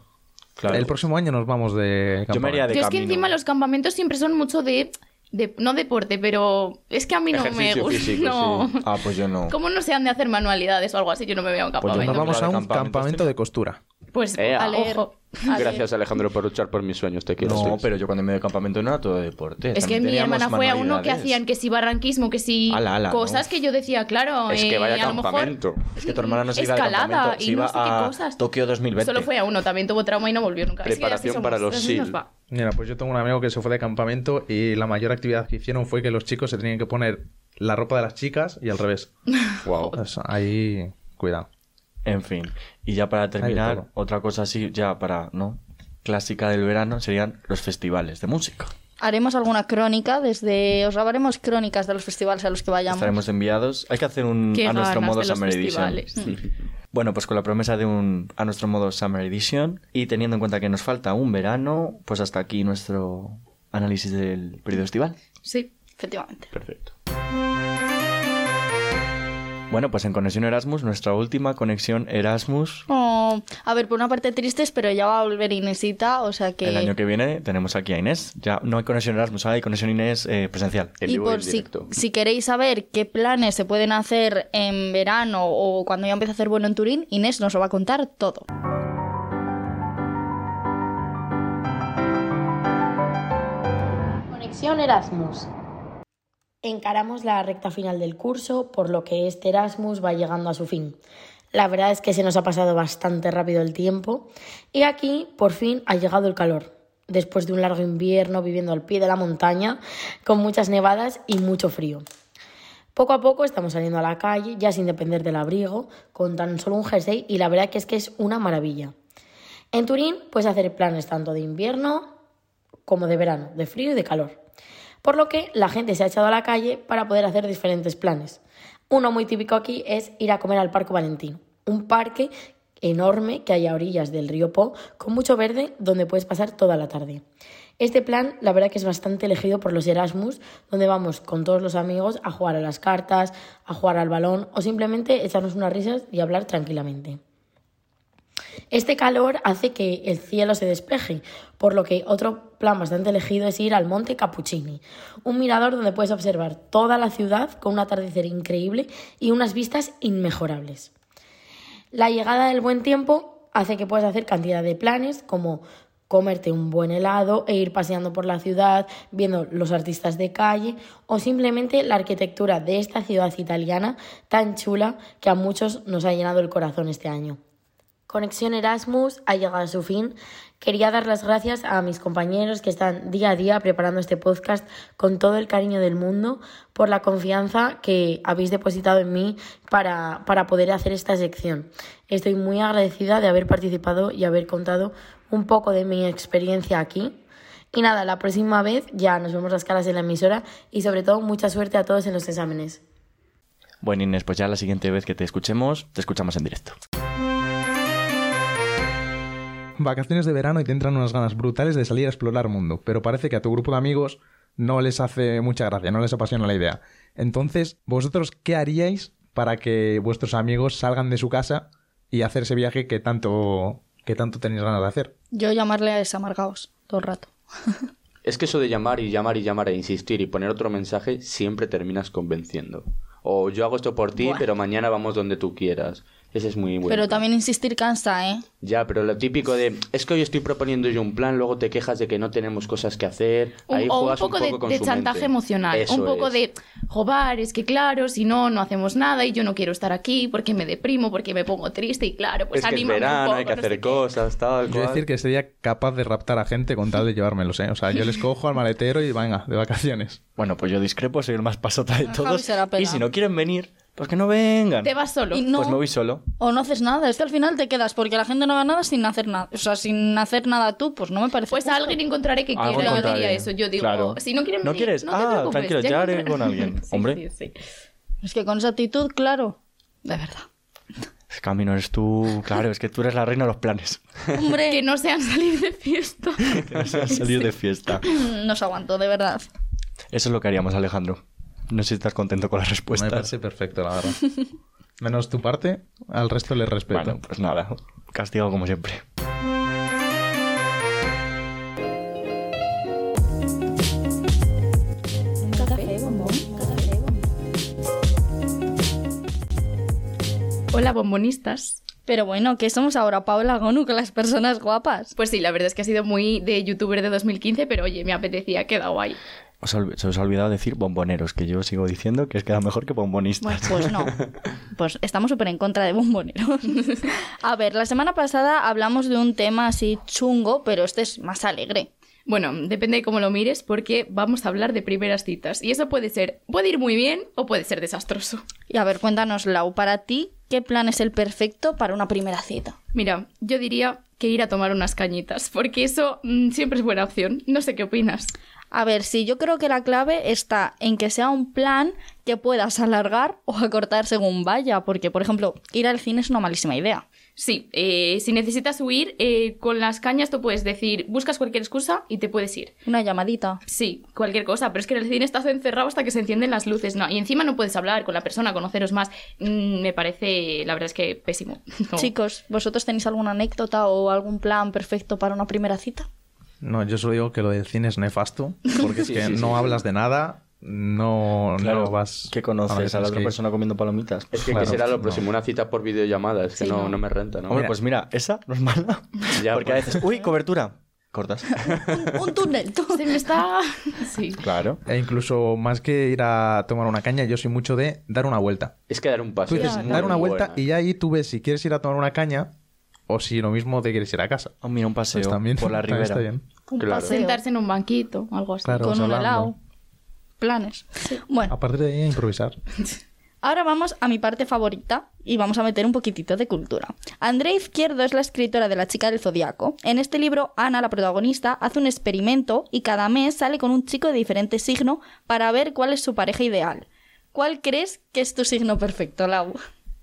Speaker 1: Claro.
Speaker 5: El próximo año nos vamos de
Speaker 1: Yo me haría
Speaker 5: campamento.
Speaker 1: de
Speaker 4: Yo es que
Speaker 1: camino.
Speaker 4: encima los campamentos siempre son mucho de de- no deporte, pero es que a mí no me
Speaker 2: Ejercicio
Speaker 4: gusta.
Speaker 2: físico,
Speaker 4: [laughs] no.
Speaker 1: Ah, pues yo no.
Speaker 4: Como no se han de hacer manualidades o algo así, yo no me veo a un
Speaker 1: Pues yo
Speaker 5: Nos
Speaker 1: Bueno,
Speaker 4: campamento.
Speaker 5: vamos a
Speaker 1: claro,
Speaker 5: un
Speaker 1: campamentos
Speaker 5: campamento de costura.
Speaker 4: Pues,
Speaker 2: Ea.
Speaker 4: a
Speaker 3: leer.
Speaker 4: ojo.
Speaker 3: A leer.
Speaker 2: Gracias, Alejandro, por luchar por mis sueños. Te quiero.
Speaker 1: No, pero yo cuando me de campamento no era todo deporte.
Speaker 4: Es que
Speaker 1: también
Speaker 4: mi
Speaker 1: teníamos
Speaker 4: hermana fue a uno que
Speaker 1: manualidades.
Speaker 4: hacían que si barranquismo, que si
Speaker 1: Ala, ala,
Speaker 4: cosas
Speaker 1: no.
Speaker 4: que yo decía, claro,
Speaker 2: Es
Speaker 4: eh,
Speaker 2: que vaya
Speaker 4: a lo mejor
Speaker 2: campamento.
Speaker 1: Es que tu hermana no se iba
Speaker 4: Escalada
Speaker 1: de campamento,
Speaker 4: y
Speaker 1: se
Speaker 4: no
Speaker 1: iba
Speaker 4: sé qué
Speaker 1: a
Speaker 4: cosas.
Speaker 1: Tokio 2020.
Speaker 4: Solo fue a uno, también tuvo trauma y no volvió nunca. Es que así
Speaker 2: Preparación para
Speaker 4: somos,
Speaker 2: los
Speaker 4: así nos
Speaker 2: SEAL.
Speaker 4: va.
Speaker 5: Mira, pues yo tengo un amigo que se fue de campamento y la mayor actividad que hicieron fue que los chicos se tenían que poner la ropa de las chicas y al revés.
Speaker 2: Wow.
Speaker 5: Pues ahí, cuidado.
Speaker 1: En fin. Y ya para terminar,
Speaker 5: todo.
Speaker 1: otra cosa así, ya para, ¿no? Clásica del verano serían los festivales de música.
Speaker 3: Haremos alguna crónica desde. Os grabaremos crónicas de los festivales a los que vayamos.
Speaker 1: Estaremos enviados. Hay que hacer un
Speaker 4: Qué
Speaker 1: a nuestro
Speaker 4: ganas
Speaker 1: modo
Speaker 4: de los
Speaker 1: Summer Edition.
Speaker 4: festivales.
Speaker 1: Bueno, pues con la promesa de un a nuestro modo Summer Edition y teniendo en cuenta que nos falta un verano, pues hasta aquí nuestro análisis del periodo estival.
Speaker 4: Sí.
Speaker 3: Efectivamente.
Speaker 2: Perfecto.
Speaker 1: Bueno, pues en Conexión Erasmus, nuestra última conexión Erasmus.
Speaker 3: Oh, a ver, por una parte tristes, pero ya va a volver Inesita, o sea que.
Speaker 1: El año que viene tenemos aquí a Inés. Ya no hay conexión Erasmus, ahora hay conexión Inés eh, presencial.
Speaker 2: En
Speaker 3: y
Speaker 2: vivo y en
Speaker 3: por si,
Speaker 2: directo.
Speaker 3: si queréis saber qué planes se pueden hacer en verano o cuando ya empiece a hacer bueno en Turín, Inés nos lo va a contar todo.
Speaker 7: Conexión Erasmus. Encaramos la recta final del curso, por lo que este Erasmus va llegando a su fin. La verdad es que se nos ha pasado bastante rápido el tiempo y aquí por fin ha llegado el calor. Después de un largo invierno viviendo al pie de la montaña, con muchas nevadas y mucho frío. Poco a poco estamos saliendo a la calle, ya sin depender del abrigo, con tan solo un jersey y la verdad que es que es una maravilla. En Turín puedes hacer planes tanto de invierno como de verano, de frío y de calor. Por lo que la gente se ha echado a la calle para poder hacer diferentes planes. Uno muy típico aquí es ir a comer al Parque Valentino, un parque enorme que hay a orillas del río Po, con mucho verde, donde puedes pasar toda la tarde. Este plan, la verdad que es bastante elegido por los Erasmus, donde vamos con todos los amigos a jugar a las cartas, a jugar al balón o simplemente echarnos unas risas y hablar tranquilamente. Este calor hace que el cielo se despeje, por lo que otro plan bastante elegido es ir al Monte Cappuccini, un mirador donde puedes observar toda la ciudad con un atardecer increíble y unas vistas inmejorables. La llegada del buen tiempo hace que puedas hacer cantidad de planes como comerte un buen helado e ir paseando por la ciudad, viendo los artistas de calle o simplemente la arquitectura de esta ciudad italiana tan chula que a muchos nos ha llenado el corazón este año. Conexión Erasmus ha llegado a su fin. Quería dar las gracias a mis compañeros que están día a día preparando este podcast con todo el cariño del mundo por la confianza que habéis depositado en mí para, para poder hacer esta sección. Estoy muy agradecida de haber participado y haber contado un poco de mi experiencia aquí. Y nada, la próxima vez ya nos vemos las caras en la emisora y sobre todo mucha suerte a todos en los exámenes.
Speaker 1: Bueno, Inés, pues ya la siguiente vez que te escuchemos, te escuchamos en directo.
Speaker 5: Vacaciones de verano y te entran unas ganas brutales de salir a explorar mundo, pero parece que a tu grupo de amigos no les hace mucha gracia, no les apasiona la idea. Entonces, ¿vosotros qué haríais para que vuestros amigos salgan de su casa y hacer ese viaje que tanto, que tanto tenéis ganas de hacer?
Speaker 3: Yo llamarle a desamargaos todo el rato.
Speaker 2: Es que eso de llamar y llamar y llamar e insistir y poner otro mensaje siempre terminas convenciendo. O yo hago esto por ti, pero mañana vamos donde tú quieras. Ese es muy bueno.
Speaker 3: Pero también insistir cansa, ¿eh?
Speaker 2: Ya, pero lo típico de es que hoy estoy proponiendo yo un plan, luego te quejas de que no tenemos cosas que hacer.
Speaker 4: Un-
Speaker 2: Ahí
Speaker 4: o un
Speaker 2: juegas
Speaker 4: poco, de-
Speaker 2: con
Speaker 4: de,
Speaker 2: su
Speaker 4: chantaje
Speaker 2: mente.
Speaker 4: emocional,
Speaker 2: Eso
Speaker 4: un poco
Speaker 2: es.
Speaker 4: de jobar, es que claro, si no, no hacemos nada y yo no quiero estar aquí porque me deprimo, porque me pongo triste y claro, pues
Speaker 2: es que es
Speaker 4: anímame un
Speaker 2: verano,
Speaker 4: poco,
Speaker 2: hay que
Speaker 4: no sé
Speaker 2: hacer
Speaker 4: qué.
Speaker 2: cosas, tal
Speaker 5: Yo
Speaker 2: cual.
Speaker 5: decir que sería capaz de raptar a gente con tal de llevármelos, ¿eh? O sea, yo les cojo al maletero y venga, de vacaciones.
Speaker 1: Bueno, pues yo discrepo, soy el más pasota de
Speaker 3: Javi
Speaker 1: todos.
Speaker 3: se la pela.
Speaker 1: Y si no quieren venir, pues que no vengan.
Speaker 4: Te vas solo.
Speaker 3: Y no-
Speaker 1: Pues me voy solo.
Speaker 3: O no haces nada, es que al final te quedas porque la gente no va nada sin hacer nada. O sea, sin hacer nada tú, pues no me parece.
Speaker 4: Pues a
Speaker 3: justo.
Speaker 4: alguien encontraré que
Speaker 1: Algo
Speaker 4: quiera, yo diría
Speaker 1: encontraré.
Speaker 4: eso. Yo digo,
Speaker 1: Claro.
Speaker 4: si no quieren
Speaker 1: ¿No
Speaker 4: venir,
Speaker 1: quieres?
Speaker 4: te
Speaker 1: Ah,
Speaker 4: preocupes,
Speaker 1: tranquilo, ya haré
Speaker 4: encontraré".
Speaker 1: con alguien.
Speaker 4: [laughs] Sí,
Speaker 1: Hombre.
Speaker 4: sí, sí.
Speaker 3: Es que con esa actitud, claro. De verdad. [laughs]
Speaker 1: Es que a mí no eres tú. Claro, es que tú eres la reina de los planes.
Speaker 4: Hombre, que no sean salir de fiesta.
Speaker 1: [laughs] Salir de fiesta.
Speaker 3: Nos aguanto, de verdad.
Speaker 1: Eso es lo que haríamos, Alejandro. No sé si estás contento con la
Speaker 2: Pues
Speaker 1: respuesta.
Speaker 5: Me parece perfecto, la verdad. Menos tu parte, al resto les respeto.
Speaker 1: Bueno, pues nada, castigado como siempre.
Speaker 4: Hola, bombonistas.
Speaker 3: Pero bueno, ¿qué somos ahora? Paola Gonu con las personas guapas.
Speaker 4: Pues sí, la verdad es que ha sido muy de youtuber de 2015, pero oye, me apetecía, queda guay.
Speaker 1: Os ol- se os ha olvidado decir bomboneros, que yo sigo diciendo que es queda mejor que bombonistas. [laughs]
Speaker 3: Bueno, pues no. Pues estamos súper en contra de bomboneros. A ver, la semana pasada hablamos de un tema así chungo, pero este es más alegre.
Speaker 4: Bueno, depende de cómo lo mires, porque vamos a hablar de primeras citas. Y eso puede ser, puede ir muy bien o puede ser desastroso.
Speaker 3: Y a ver, cuéntanos, Lau, para ti, ¿qué plan es el perfecto para una primera cita?
Speaker 4: Mira, yo diría que ir a tomar unas cañitas, porque eso mm, siempre es buena opción. No sé qué opinas.
Speaker 3: A ver, sí, yo creo que la clave está en que sea un plan que puedas alargar o acortar según vaya, porque, por ejemplo, ir al cine es una malísima idea.
Speaker 4: Sí, eh, si necesitas huir, eh, con las cañas tú puedes decir, buscas cualquier excusa y te puedes ir.
Speaker 3: Una llamadita.
Speaker 4: Sí, cualquier cosa, pero es que en el cine estás encerrado hasta que se encienden las luces, ¿no? Y encima no puedes hablar con la persona, conoceros más. Mm, me parece, la verdad es que pésimo. [laughs] No.
Speaker 3: Chicos, ¿vosotros tenéis alguna anécdota o algún plan perfecto para una primera cita?
Speaker 5: No, yo solo digo que lo del cine es nefasto, porque es
Speaker 2: Sí,
Speaker 5: que
Speaker 2: sí,
Speaker 5: no
Speaker 2: sí.
Speaker 5: hablas de nada, no,
Speaker 1: Claro,
Speaker 5: no vas...
Speaker 1: ¿Qué conoces?
Speaker 5: ver,
Speaker 1: ¿A la
Speaker 5: es
Speaker 1: otra
Speaker 5: que-
Speaker 1: persona comiendo palomitas?
Speaker 2: Es que, ¿qué
Speaker 5: Claro,
Speaker 2: será lo
Speaker 5: no.
Speaker 2: próximo? Una cita por videollamada. Es que
Speaker 4: Sí,
Speaker 2: no,
Speaker 4: no.
Speaker 2: no me renta, ¿no?
Speaker 1: Hombre, pues mira, esa no es mala.
Speaker 2: Ya,
Speaker 1: Porque
Speaker 2: pues.
Speaker 1: a veces, uy, cobertura. Cortas.
Speaker 3: Un, un túnel, [laughs] tú.
Speaker 4: Se me está... Sí.
Speaker 1: claro.
Speaker 5: E incluso más que ir a tomar una caña, yo soy mucho de dar una vuelta.
Speaker 2: Es que dar
Speaker 1: Ah,
Speaker 2: un paso.
Speaker 5: Tú dices,
Speaker 2: es muy
Speaker 5: dar una vuelta
Speaker 2: buena.
Speaker 5: y ya ahí tú ves si quieres ir a tomar una caña o si lo mismo te quieres ir a casa.
Speaker 1: Oh, mira, un paseo
Speaker 5: Pues también
Speaker 1: por la
Speaker 5: [laughs] también
Speaker 1: ribera.
Speaker 5: está bien.
Speaker 3: Un
Speaker 2: Claro.
Speaker 3: paseo.
Speaker 4: Sentarse en un banquito, algo así.
Speaker 5: Claro,
Speaker 3: con un
Speaker 5: hablando.
Speaker 3: helado. Planes. Bueno,
Speaker 5: A partir de ahí a improvisar.
Speaker 3: ahora vamos a mi parte favorita y vamos a meter un poquitito de cultura. Andrea Izquierdo es la escritora de La chica del zodiaco. En este libro, Ana, la protagonista, hace un experimento y cada mes sale con un chico de diferente signo para ver cuál es su pareja ideal. ¿Cuál crees que es tu signo perfecto, Lau?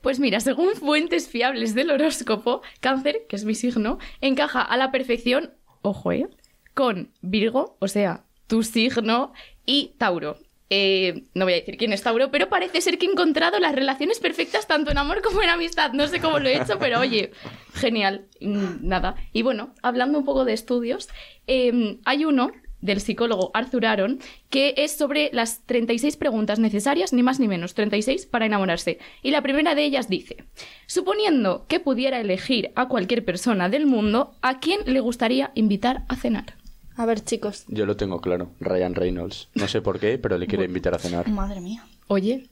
Speaker 4: Pues mira, según fuentes fiables del horóscopo, cáncer, que es mi signo, encaja a la perfección, ojo, ¿eh? con Virgo, o sea, tu signo, y Tauro. Eh, no voy a decir quién es Tauro, pero parece ser que he encontrado las relaciones perfectas tanto en amor como en amistad. No sé cómo lo he hecho, pero oye, genial. Mm, Nada. Y bueno, hablando un poco de estudios, eh, hay uno del psicólogo Arthur Aaron, que es sobre las 36 preguntas necesarias, ni más ni menos, 36 para enamorarse. Y la primera de ellas dice, suponiendo que pudiera elegir a cualquier persona del mundo, ¿a quién le gustaría invitar a cenar?
Speaker 3: A ver, chicos.
Speaker 2: Yo lo tengo claro. Ryan Reynolds. No sé por qué, pero le quiere invitar a cenar.
Speaker 3: Madre mía.
Speaker 4: Oye,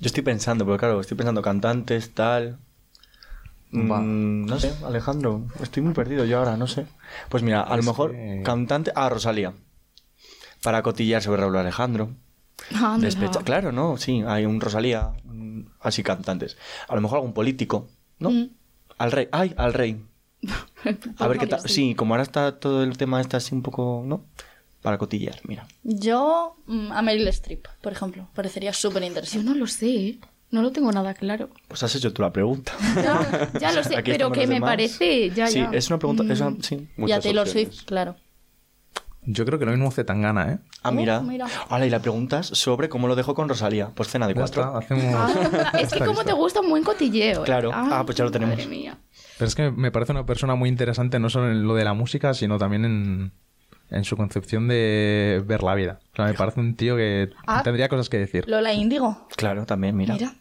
Speaker 1: Yo estoy pensando, porque claro, estoy pensando cantantes, tal.
Speaker 5: Va.
Speaker 1: Mm, no sé, Alejandro, estoy muy perdido yo ahora, no sé. Pues mira, a lo
Speaker 5: Es
Speaker 1: mejor
Speaker 5: que-
Speaker 1: cantante. Ah, Rosalía. Para cotillar sobre Raúl Alejandro.
Speaker 4: ah, mira.
Speaker 1: Despecha- Claro, no, sí, hay un Rosalía, mm, así cantantes. A lo mejor algún político, ¿no?
Speaker 4: Mm.
Speaker 1: Al rey, ay, al rey.
Speaker 4: [laughs]
Speaker 1: A ver qué tal. Sí, como ahora está todo el tema, está así un poco, ¿no? Para cotillar, mira.
Speaker 3: Yo mm, a Meryl Streep, por ejemplo. Parecería súper
Speaker 4: yo
Speaker 3: interesante.
Speaker 4: no lo sé, ¿eh? no lo tengo nada claro.
Speaker 1: Pues has hecho tú la pregunta.
Speaker 4: [laughs] Ya, [laughs] ya lo
Speaker 1: [laughs]
Speaker 4: sé,
Speaker 1: Aquí
Speaker 4: pero
Speaker 1: estamos
Speaker 4: que
Speaker 1: los
Speaker 4: me
Speaker 1: demás.
Speaker 4: parece, ya,
Speaker 1: Sí,
Speaker 4: ya. Mm.
Speaker 1: es una pregunta, es una- sí.
Speaker 3: y a
Speaker 2: Muchas
Speaker 3: Taylor
Speaker 2: opciones.
Speaker 3: Swift, claro.
Speaker 5: Yo creo que lo mismo hace tan gana, ¿eh?
Speaker 1: Ah,
Speaker 3: Oh,
Speaker 1: mira.
Speaker 3: mira.
Speaker 1: Hola, y la preguntas sobre cómo lo dejo con Rosalía. Pues cena de
Speaker 5: Ya está,
Speaker 1: cuatro.
Speaker 5: hacemos...
Speaker 4: Ah, es que
Speaker 5: Está
Speaker 4: como
Speaker 5: lista.
Speaker 4: te gusta un buen cotilleo. ¿eh?
Speaker 1: Claro. Ah, pues ya lo tenemos.
Speaker 4: Madre mía.
Speaker 5: Pero es que me parece una persona muy interesante, no solo en lo de la música, sino también en, en su concepción de ver la vida. O sea, me parece un tío que
Speaker 3: Ah.
Speaker 5: tendría cosas que
Speaker 2: Eh.
Speaker 5: decir.
Speaker 3: Lola Índigo.
Speaker 1: Claro, también, mira.
Speaker 3: Mira.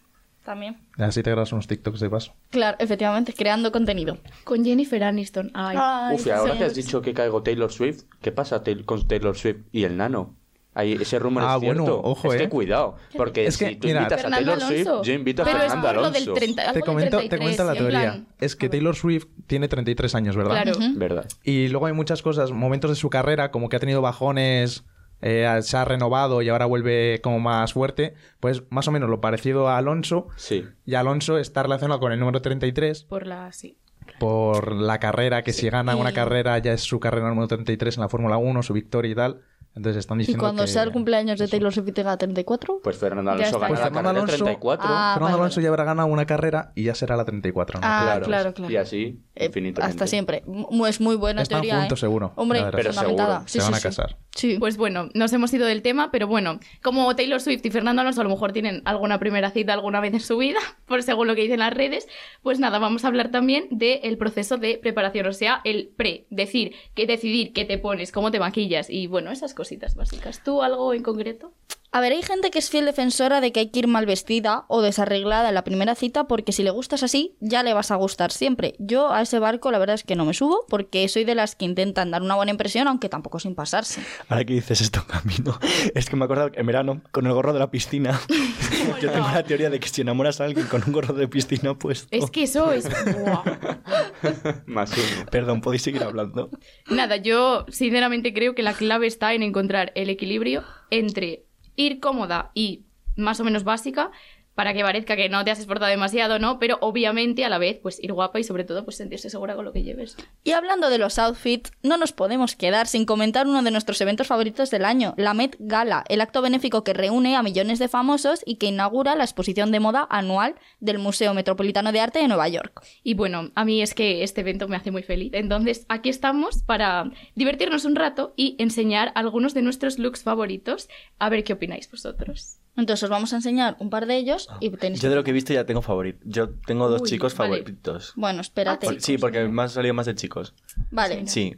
Speaker 3: También.
Speaker 5: Así te grabas unos TikToks de paso.
Speaker 3: Claro, efectivamente, creando contenido.
Speaker 4: Con Jennifer Aniston. Ay.
Speaker 3: Ay,
Speaker 2: Uf, y ahora que has
Speaker 3: sí.
Speaker 2: dicho que caigo Taylor Swift, ¿qué pasa Tail- con Taylor Swift y el nano? Ahí, ese rumor
Speaker 5: Ah,
Speaker 2: es cierto.
Speaker 5: bueno, ojo,
Speaker 2: es que
Speaker 5: eh.
Speaker 2: cuidado, porque
Speaker 5: Es que,
Speaker 2: si tú
Speaker 5: mira,
Speaker 2: invitas a
Speaker 4: Fernando
Speaker 2: Taylor Swift,
Speaker 4: Alonso.
Speaker 2: yo invito a
Speaker 4: Pero es
Speaker 2: Fernando
Speaker 4: por lo
Speaker 2: Alonso.
Speaker 4: del 30, algo
Speaker 5: Te
Speaker 4: del
Speaker 5: comento, te
Speaker 4: 33,
Speaker 5: comento la
Speaker 4: en
Speaker 5: teoría.
Speaker 4: plan,
Speaker 5: Es que Taylor Swift tiene 33 años, ¿verdad?
Speaker 4: Claro.
Speaker 2: ¿Verdad?
Speaker 5: Y luego hay muchas cosas, momentos de su carrera, como que ha tenido bajones, eh, se ha renovado y ahora vuelve como más fuerte. Pues más o menos lo parecido a Alonso.
Speaker 2: Sí.
Speaker 5: Y Alonso está relacionado con el número 33
Speaker 4: Por la... Sí.
Speaker 5: por la carrera, que si gana una carrera ya es su carrera número 33 en la Fórmula 1, su victoria y tal. Entonces están
Speaker 3: Y
Speaker 5: diciendo
Speaker 3: cuando
Speaker 5: que-
Speaker 3: sea el cumpleaños de Taylor Swift y eh, tenga 34.
Speaker 2: Pues Fernando
Speaker 4: Ya
Speaker 2: Alonso
Speaker 4: está.
Speaker 2: gana
Speaker 5: Pues
Speaker 2: la
Speaker 5: Fernando
Speaker 2: carrera
Speaker 5: Alonso-
Speaker 2: 34.
Speaker 3: Ah,
Speaker 5: Fernando
Speaker 3: vale,
Speaker 5: Alonso ya habrá ganado una carrera y ya será la 34. ¿no?
Speaker 3: Ah, claro, claro.
Speaker 2: Y así,
Speaker 3: Eh,
Speaker 2: infinitamente.
Speaker 3: hasta siempre. M- Es muy buena
Speaker 5: Están
Speaker 3: teoría. ¿eh?
Speaker 5: juntos seguro,
Speaker 3: Hombre,
Speaker 5: ya verás.
Speaker 2: Pero
Speaker 3: fundamentada.
Speaker 2: seguro,
Speaker 3: Sí,
Speaker 5: se
Speaker 3: sí,
Speaker 5: van a
Speaker 3: sí.
Speaker 5: casar.
Speaker 3: Sí.
Speaker 4: Pues bueno, nos hemos ido del tema, pero bueno, como Taylor Swift y Fernando Alonso a lo mejor tienen alguna primera cita alguna vez en su vida, [laughs] por según lo que dicen las redes, pues nada, vamos a hablar también del proceso de preparación, o sea, el pre, decir, que decidir qué te pones, cómo te maquillas y bueno, esas cositas básicas. ¿Tú algo en concreto?
Speaker 3: A ver, hay gente que es fiel defensora de que hay que ir mal vestida o desarreglada en la primera cita porque si le gustas así, ya le vas a gustar siempre. Yo a ese barco la verdad es que no me subo porque soy de las que intentan dar una buena impresión, aunque tampoco sin pasarse.
Speaker 1: Ahora que dices esto, [laughs] camino, es que me acuerdo que en verano, con el gorro de la piscina, [laughs] yo tengo la teoría de que si enamoras a alguien con un gorro de piscina, pues...
Speaker 4: Es
Speaker 5: Oh.
Speaker 4: que eso
Speaker 5: [laughs]
Speaker 4: es... Buah.
Speaker 2: Más uno.
Speaker 1: Perdón, podéis seguir hablando.
Speaker 4: Nada, yo sinceramente creo que la clave está en encontrar el equilibrio entre ir cómoda y más o menos básica para que parezca que no te has esforzado demasiado, ¿no? Pero obviamente a la vez, pues ir guapa y sobre todo, pues sentirse segura con lo que lleves.
Speaker 3: Y hablando de los outfits, no nos podemos quedar sin comentar uno de nuestros eventos favoritos del año, la Met Gala, el acto benéfico que reúne a millones de famosos y que inaugura la exposición de moda anual del Museo Metropolitano de Arte de Nueva York.
Speaker 4: Y bueno, a mí es que este evento me hace muy feliz. Entonces, aquí estamos para divertirnos un rato y enseñar algunos de nuestros looks favoritos. A ver qué opináis vosotros.
Speaker 3: Entonces os vamos a enseñar un par de ellos y tenéis
Speaker 1: Ah, Yo de lo que he visto ya tengo favorito. Yo tengo dos
Speaker 4: Uy,
Speaker 1: chicos
Speaker 4: vale.
Speaker 1: favoritos.
Speaker 3: Bueno, espérate.
Speaker 4: Ah,
Speaker 1: Por- sí, porque me han salido más de chicos.
Speaker 3: Vale,
Speaker 1: Sí,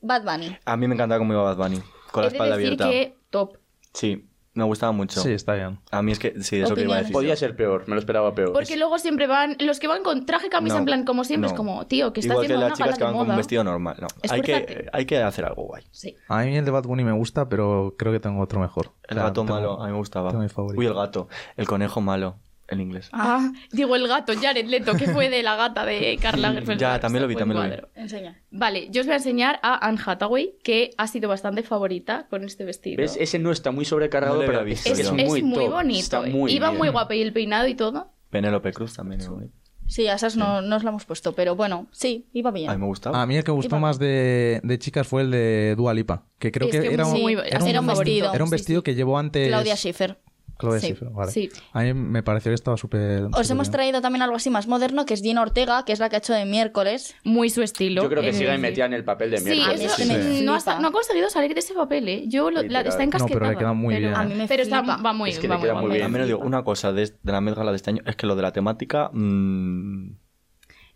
Speaker 3: Bad Bunny.
Speaker 1: a mí me encantaba cómo iba Bad Bunny, con la
Speaker 4: He de
Speaker 1: espalda
Speaker 4: decir
Speaker 1: abierta.
Speaker 4: que top.
Speaker 1: Sí, me gustaba mucho.
Speaker 5: Sí, está bien.
Speaker 1: A mí es que, sí, eso que iba a decir.
Speaker 2: Podía ser peor, me lo esperaba peor.
Speaker 4: Porque luego siempre van, los que van con traje camisa
Speaker 1: No,
Speaker 4: en plan como siempre,
Speaker 1: no.
Speaker 4: es como, tío, que está
Speaker 1: Igual que las
Speaker 4: haciendo una
Speaker 1: chicas que
Speaker 4: gala de
Speaker 1: van con
Speaker 4: moda.
Speaker 1: un vestido normal. No, hay que,
Speaker 4: Esfuérzate.
Speaker 1: hay que hacer algo guay.
Speaker 4: Sí.
Speaker 5: A mí el de Bad Bunny me gusta, pero creo que tengo otro mejor. O
Speaker 1: El
Speaker 5: sea,
Speaker 1: gato
Speaker 5: tengo-
Speaker 1: malo, a mí me gustaba.
Speaker 5: tengo mi favorito.
Speaker 1: Uy, el gato. El conejo malo, en inglés.
Speaker 4: Ah, digo el gato, Jared Leto, que fue de la gata de Carla Gerfeld.
Speaker 1: Ya, también lo vi, también lo vi.
Speaker 3: Enseña.
Speaker 4: Vale, yo os voy a enseñar a Anne Hathaway, que ha sido bastante favorita con este vestido.
Speaker 2: ¿Ves? Ese no está muy sobrecargado,
Speaker 1: No le
Speaker 2: pero
Speaker 1: había visto
Speaker 2: es, que
Speaker 1: yo.
Speaker 2: es
Speaker 4: es
Speaker 2: muy, top,
Speaker 4: bonito.
Speaker 2: Está
Speaker 4: eh.
Speaker 2: muy
Speaker 4: Iba
Speaker 2: bien.
Speaker 4: muy guapa y el peinado y todo.
Speaker 1: Penélope Cruz también. ¿no?
Speaker 3: Sí, a esas no, no os la hemos puesto, pero bueno, sí, iba bien.
Speaker 1: A mí me gustaba.
Speaker 5: A mí el que gustó
Speaker 3: Iba.
Speaker 5: más de, de chicas fue el de Dua Lipa, que creo
Speaker 4: Es
Speaker 5: que,
Speaker 4: que
Speaker 5: era, un,
Speaker 4: muy-
Speaker 5: era,
Speaker 3: era un vestido.
Speaker 5: Era un
Speaker 4: Sí,
Speaker 5: vestido
Speaker 4: sí.
Speaker 5: que llevó antes
Speaker 3: Claudia Schiffer.
Speaker 5: Claudia
Speaker 3: Sí,
Speaker 5: Schiffer, vale.
Speaker 4: sí.
Speaker 5: A mí me pareció que estaba
Speaker 3: Os
Speaker 5: súper... súper
Speaker 3: hemos
Speaker 5: bien.
Speaker 3: traído también algo así más moderno, que es Gina Ortega, que es la que ha hecho de miércoles.
Speaker 4: Muy su estilo.
Speaker 2: Yo creo que
Speaker 4: eh,
Speaker 2: sí la metía en el papel de
Speaker 4: Sí,
Speaker 2: miércoles.
Speaker 4: eso,
Speaker 3: Sí,
Speaker 4: mm,
Speaker 3: sí.
Speaker 4: No, ha,
Speaker 3: Flipa.
Speaker 4: no ha conseguido salir de ese papel, ¿eh? Yo lo- la,
Speaker 2: Literal.
Speaker 4: está
Speaker 2: No,
Speaker 5: pero
Speaker 4: encasquetada.
Speaker 5: le queda muy bien.
Speaker 3: A mí me
Speaker 4: pero está,
Speaker 3: flipa.
Speaker 4: va muy,
Speaker 2: Es que
Speaker 4: va
Speaker 2: le queda muy
Speaker 4: guapa.
Speaker 1: A
Speaker 2: bien.
Speaker 1: mí me digo, una cosa de, de la Met Gala de este año es que lo de la temática. mm,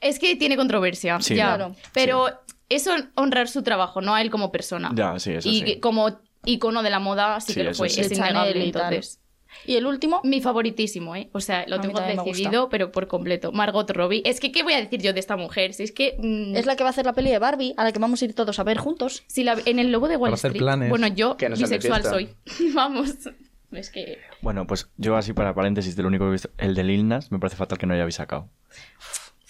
Speaker 4: Es que tiene controversia,
Speaker 1: Sí,
Speaker 4: ya.
Speaker 1: claro.
Speaker 4: Pero eso honrar su trabajo, no a él como persona.
Speaker 1: ya, sí, eso
Speaker 4: Ah. y
Speaker 1: sí.
Speaker 4: que como icono de la moda sí,
Speaker 1: Sí,
Speaker 4: que lo
Speaker 1: eso
Speaker 4: fue,
Speaker 1: sí.
Speaker 4: es
Speaker 3: De Chanel
Speaker 4: innegable
Speaker 3: y tal.
Speaker 4: entonces.
Speaker 3: Y el último,
Speaker 4: Mi favoritísimo, ¿eh? O sea,
Speaker 3: A
Speaker 4: lo
Speaker 3: mí
Speaker 4: tengo
Speaker 3: también me gusta.
Speaker 4: decidido, pero por completo. Margot Robbie. Es que, ¿qué voy a decir yo de esta mujer? Si es que... mm,
Speaker 3: es la que va a hacer la peli de Barbie, a la que vamos a ir todos a ver juntos.
Speaker 4: si la- en el lobo de Wall
Speaker 5: Para hacer
Speaker 4: Street...
Speaker 5: planes.
Speaker 4: Bueno, yo
Speaker 2: Que no sean de
Speaker 4: bisexual
Speaker 2: fiesta.
Speaker 4: soy. [laughs] Vamos. Es que...
Speaker 1: Bueno, pues yo así para paréntesis, del único que he visto, el de Lil Nas, me parece fatal que no hayáis sacado.